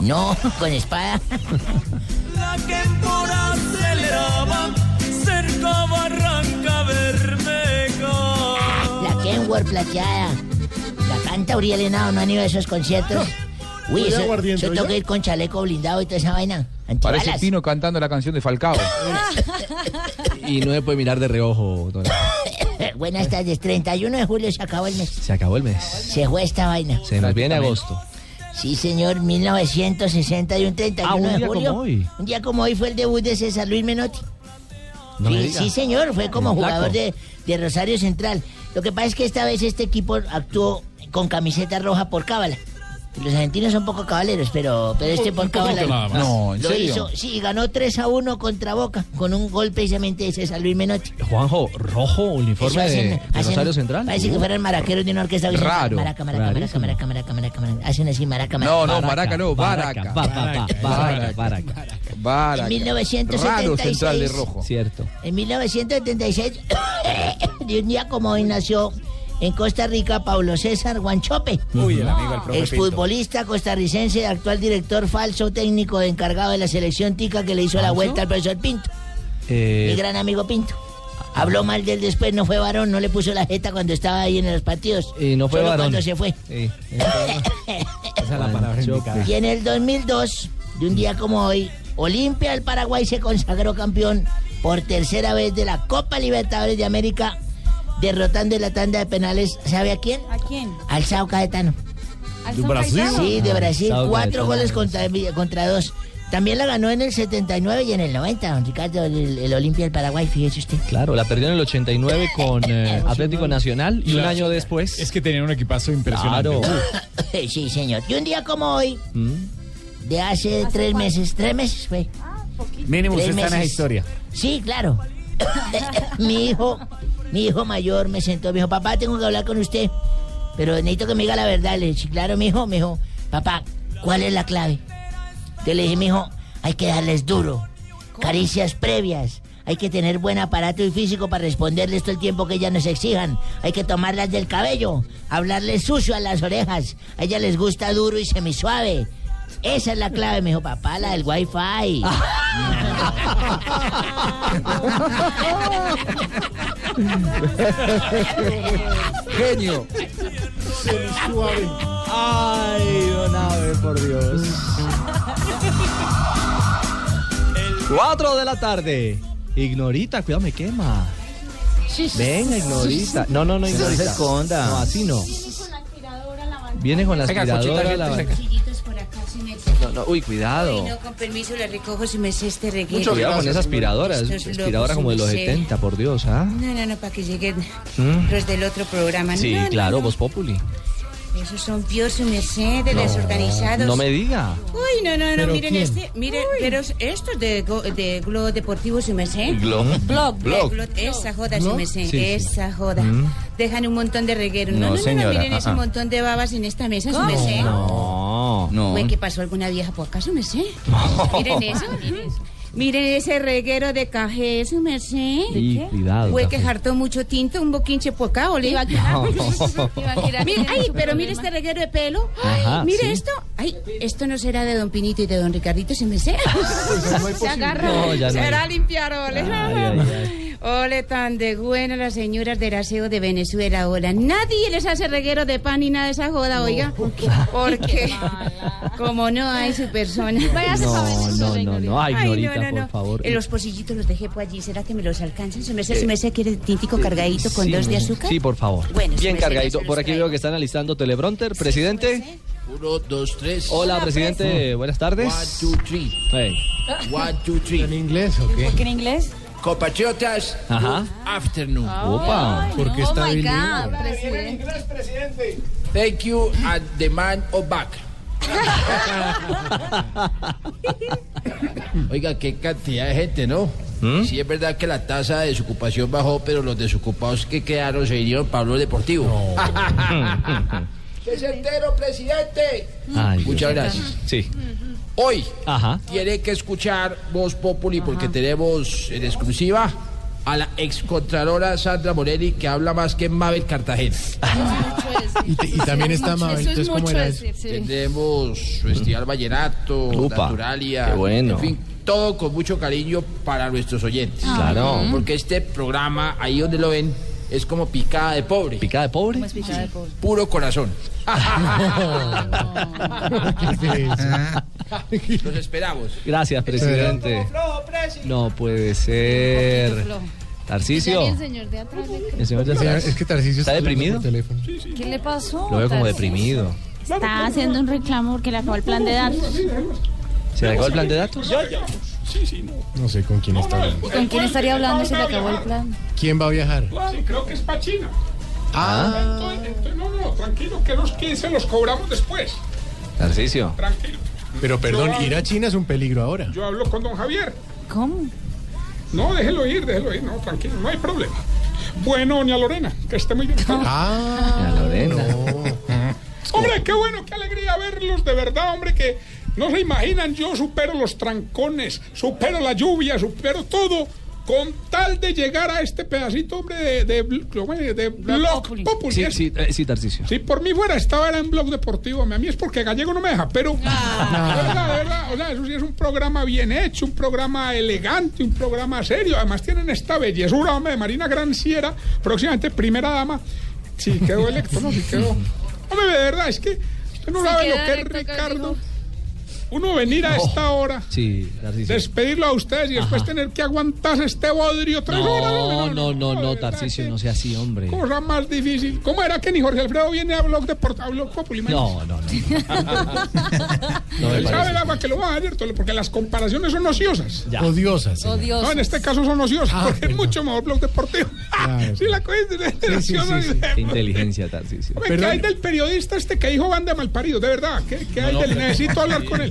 No, con espada.
La que por aceleraba cerca Barranca Bermeja.
La Kenworth plateada. La canta Uriel Henao, ¿no han ido a esos conciertos? Uy,
Puro
eso,
aguardiente,
yo tengo
¿ya?
que ir con chaleco blindado y toda esa vaina.
Parece
Antibalas.
Pino cantando la canción de Falcao.
Y no me puede mirar de reojo, don Ave.
Buenas tardes, 31 de julio se acabó el mes.
Se acabó el mes.
Se fue esta vaina.
Se nos viene agosto.
Sí, señor, 1961, 31
Ah, un
de
día
julio.
como hoy.
Un día como hoy fue el debut de César Luis Menotti.
No me
sí,
diga.
sí, señor, fue como
El flaco.
jugador de, de Rosario Central. Lo que pasa es que esta vez este equipo actuó con camiseta roja por cábala. Los argentinos son poco cabaleros, pero, pero este
Un
por
poquito
cábala
nada más. No, ¿en
lo
serio?
hizo. Sí, ganó 3 a 1 contra Boca con un gol precisamente de César Luis Menotti.
Juanjo, rojo,
Eso
uniforme de,
hacen-
de
hacen-
Rosario Central. Uh,
Parece que fueran maraqueros de una orquesta. que dicen,
Raro,
Maraca, maraca, maraca,
rarísimo.
maraca, maraca, maraca, maraca. Hacen así, maraca, maraca.
No, no, Maraca no, Baraca.
Baraca, baraca, baraca.
Baraca.
En 1976.
Raro central de rojo.
Cierto.
En 1976, de un día como hoy nació en Costa Rica Pablo César Guanchope. Ah.
Uy, el amigo del profe
Exfutbolista costarricense, actual director falso técnico de encargado de la selección tica que le hizo la
¿Falso?
vuelta al profesor Pinto.
Eh,
Mi gran amigo Pinto. Habló mal de él después, no fue varón, no le puso la jeta cuando estaba ahí en los partidos.
Y no fue
Solo
varón.
cuando se fue.
eh, eh,
Esa es la palabra indicada.
Y en el 2002, de un día como hoy, Olimpia del Paraguay se consagró campeón por tercera vez de la Copa Libertadores de América, derrotando en la tanda de penales, ¿sabe a quién?
¿A quién?
Al Sao Caetano.
¿Al
¿De
San Cayetano?
Sí, de Brasil.
Sao
Cuatro
Caetano.
goles contra, contra dos. También la ganó en el 79 y en el 90, don Ricardo, el, el Olimpia del Paraguay, fíjese usted.
claro, la perdió en el 89 con eh, Atlético Nacional y un
Claro.
año después. Es
que tenían un equipazo
impresionante. Claro.
sí, señor. Y un día como hoy, de hace,
¿Hace
tres
cuánto?
meses, tres meses fue.
Mínimo
Tres
usted está en esa
meses.
historia.
Sí, claro. mi hijo, mi hijo mayor me sentó, me dijo, papá, tengo que hablar con usted. Pero necesito que me diga la verdad. Le dije, "Sí, claro, mi hijo, me dijo, papá, ¿cuál es la clave? Yo le dije, mi hijo, hay que darles duro, caricias previas. Hay que tener buen aparato y físico para responderles todo el tiempo que ellas nos exijan. Hay que tomarlas del cabello, hablarles sucio a las orejas. A ellas les gusta duro y semisuave. Esa es la clave, me dijo papá, la del wifi.
Genio. Ay, don Ave, por Dios. 4 de la tarde. Ignorita, cuidado, me quema. Venga, ignorita. No, no, no,
No
ignorita.
se esconda.
No, así no. Viene con la
Venga,
aspiradora.
Conchita,
la-
gente,
por acá, sí me-
No, no, uy, cuidado.
Ay, no, con permiso le recojo si me sé este reguero.
Mucho cuidado con esa aspiradora. Es
Estos
aspiradora
locos,
como de los
no sé.
70, por Dios, ¿ah?
No, no, no, para que lleguen
¿Mm?
los del otro programa.
Sí,
No, no,
claro,
no.
Voz Populi.
Esos son peor su merced, de
No,
desorganizados.
No me diga.
Uy, no, no, no,
¿Pero
miren
quién?
este, miren, pero estos de, Go- de Glo Deportivo su merced.
Glo.
Blog,
Blog.
Blog, esa joda su
Blog.
merced,
Sí, sí.
esa joda.
Mm.
Dejan un montón de reguero. No,
No,
no, no,
señora,
no miren
ah,
ese
ah.
montón de babas en esta mesa su
No,
merced.
No. No.
Güey, ¿qué pasó alguna vieja por acá su merced? Miren eso, miren eso. Miren ese reguero de café, su merced.
Y cuidado.
Fue que
café.
hartó mucho tinto, un boquinche por acá, ¿ole? Mire, ay, pero mire este reguero de pelo. Ay,
Ajá,
mire
sí.
esto. Ay, esto no será de don Pinito y de don Ricardito, si me sé.
Se agarra.
No, ya no hay.
será limpiar, ole.
Ay, ay, ay.
Ole, tan de buena las señoras del aseo de Venezuela, hola. Nadie les hace reguero de pan ni nada de esa joda, oiga. Porque como no hay su persona.
No, no, no, no. Ay,
Ay,
Norita,
no, no, no.
por favor. Eh,
Eh, Los pocillitos los dejé por allí. ¿Será que me los alcanzan? Su merced, su merced quiere tintico cargadito con
Sí,
dos de azúcar.
Sí, por favor.
Bueno,
Bien
espérese,
cargadito.
se los
Por aquí veo que están alistando Telebronter. Presidente.
Uno, dos, tres.
Hola,
Ah, pues.
presidente. Buenas tardes.
One, two, three.
Hey.
One, two, three. ¿En inglés o
¿Por qué en inglés?
Compatriotas.
Ajá.
good Afternoon.
Opa. Ay,
Porque
Oh my God, presidente.
Thank you and the man of back. Oiga, qué cantidad de gente, ¿no?
¿Mm?
Sí, es verdad que la tasa de desocupación bajó, pero los desocupados que quedaron se vinieron Pablo Deportivo. ¡Que se entero, presidente!
Ay,
Muchas
Dios.
gracias.
Sí.
Hoy
Ajá.
tiene que escuchar Voz Populi porque tenemos en exclusiva a la excontralora Sandra Morelli que habla más que Mabel Cartagena.
Y, te- y también está Mabel, entonces ¿cómo era eso?
Tendremos Festival Vallenato,
Upa,
Naturalia,
qué bueno.
en fin, todo con mucho cariño para nuestros oyentes.
Ah, Claro. bueno.
Porque este programa, ahí donde lo ven, es como picada de pobre.
¿Picada de pobre?
Puro corazón. Los esperamos.
Gracias, presidente. No puede ser. Tarcicio.
También, señor de atrás. le creo.
El señor de atrás.
Es que Tarcisio
está deprimido.
¿Qué le pasó?
Lo veo como
Tarcisio?
deprimido.
Está haciendo un reclamo porque le acabó el plan de datos.
¿Se le acabó el plan de datos?
No sé con quién está hablando.
¿Con quién estaría hablando si le acabó el plan?
¿Quién va a viajar?
Sí, creo que es para China.
Ah.
Entonces, entonces, no, no, tranquilo, que los 15 los cobramos después.
Tarcicio.
Tranquilo.
Pero perdón,
Yo hablo-
ir a China es un peligro ahora.
Yo hablo con don Javier. ¿Cómo? No, déjelo ir, déjelo ir, no, tranquilo, no hay problema. Bueno, doña Lorena, que esté muy bien.
Ah,
Lorena.
Hombre, qué bueno, qué alegría verlos, de verdad, hombre, que no se imaginan, yo supero los trancones, supero la lluvia, supero todo, con tal de llegar a este pedacito, hombre, de, de, bl- ¿cómo es? de Blog Populi.
Sí,
Es-
sí, eh, sí, Tarcicio.
si por mí fuera, estaba era en Blog Deportivo. A mí es porque Gallego no me deja, pero.
Ah.
De verdad, de verdad. O sea, eso sí es un programa bien hecho, un programa elegante, un programa serio. Además, tienen esta belleza, hombre, de Marina Granciera, próximamente primera dama. Sí, quedó electo, ¿no? Sí, quedó. Hombre, de verdad, es que usted no
Sí,
sabe lo
queda
que es
electo, acá
Ricardo. Uno venir a
No.
esta hora,
Sí, Tarcicio.
despedirlo a ustedes y después tener que aguantar este bodrio tres horas.
No, no, no, no, Tarcicio, no sea así, hombre.
Cosa más difícil. ¿Cómo era que ni Jorge Alfredo viene a Blog de a Blog Populi?
No, no, no. No me
Él sabe
parece.
el agua que lo va a dar, Tolo, porque las comparaciones son ociosas.
Odiosas. señor.
No, en este caso son ociosas, porque es mucho mejor blog deportivo. sí, la cosa es de- de
Ah, Sí, sí,
ociosa.
sí, sí. Qué inteligencia, Tarcicio.
Hombre, ¿Qué hay del periodista este que dijo banda malparido? De verdad, ¿qué, qué hay
no,
del-
pero-
Necesito hablar con él.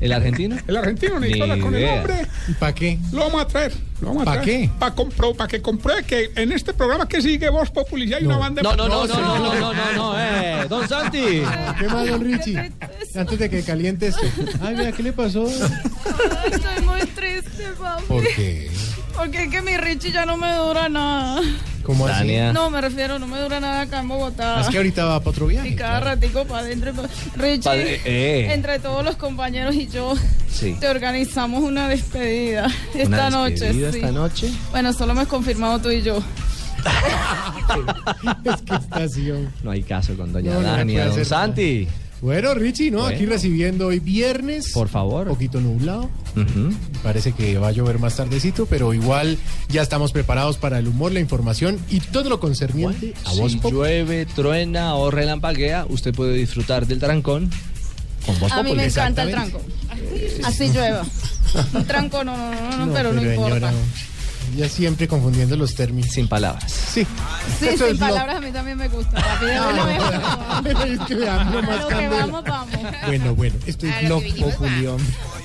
¿El argentino?
El argentino necesito
Ni
hablar con el
idea.
hombre.
¿Para qué?
Lo vamos a traer. lo vamos a
¿Pa'
traer.
qué?
Para que compruebe que en este programa que sigue Voz Populi ya hay una banda
No, no, no,
malparida.
no, no, no, no, no, eh. Don Santi.
¿Qué más, don Richie? Antes de que caliente esto. Ay, mira, ¿qué le pasó?
Ay, Estoy muy triste, papi.
¿Por qué?
Porque es que mi Richie ya no me dura nada.
¿Cómo así?
No, me refiero, no me dura nada acá en Bogotá.
Es que ahorita va para otro viaje.
Y cada ratico para adentro. y pa' Richie,
Pa' de- eh.
entre todos los compañeros y yo,
Sí.
te organizamos una despedida esta noche.
despedida
sí.
esta noche?
Bueno, solo me has confirmado tú y yo.
No hay caso con doña
No, no
Dani,
puede
don
ser.
Santi.
Bueno, Richie, ¿no?
Bueno.
Aquí recibiendo hoy viernes. Por
favor.
Un poquito nublado.
Ujú.
Parece que va a llover más tardecito, pero igual ya estamos preparados para el humor, la información y todo lo concerniente a vos.
Si llueve, truena o relampaguea, usted puede disfrutar del trancón con voz
A mí me
Populi.
encanta el tranco. Así llueva. Un tranco no, no, no, no, pero no importa.
Ya siempre confundiendo los términos.
Sin palabras.
Sí.
Sí,
Eso
sin
es lo-
palabras a mí también me gusta. papi, de una vez, por favor.
Es que vean, nomás
A lo que
cambia.
vamos, vamos.
Bueno, bueno, esto
A
es
lo
Blog
que vinimos, va.
Populi, hombre.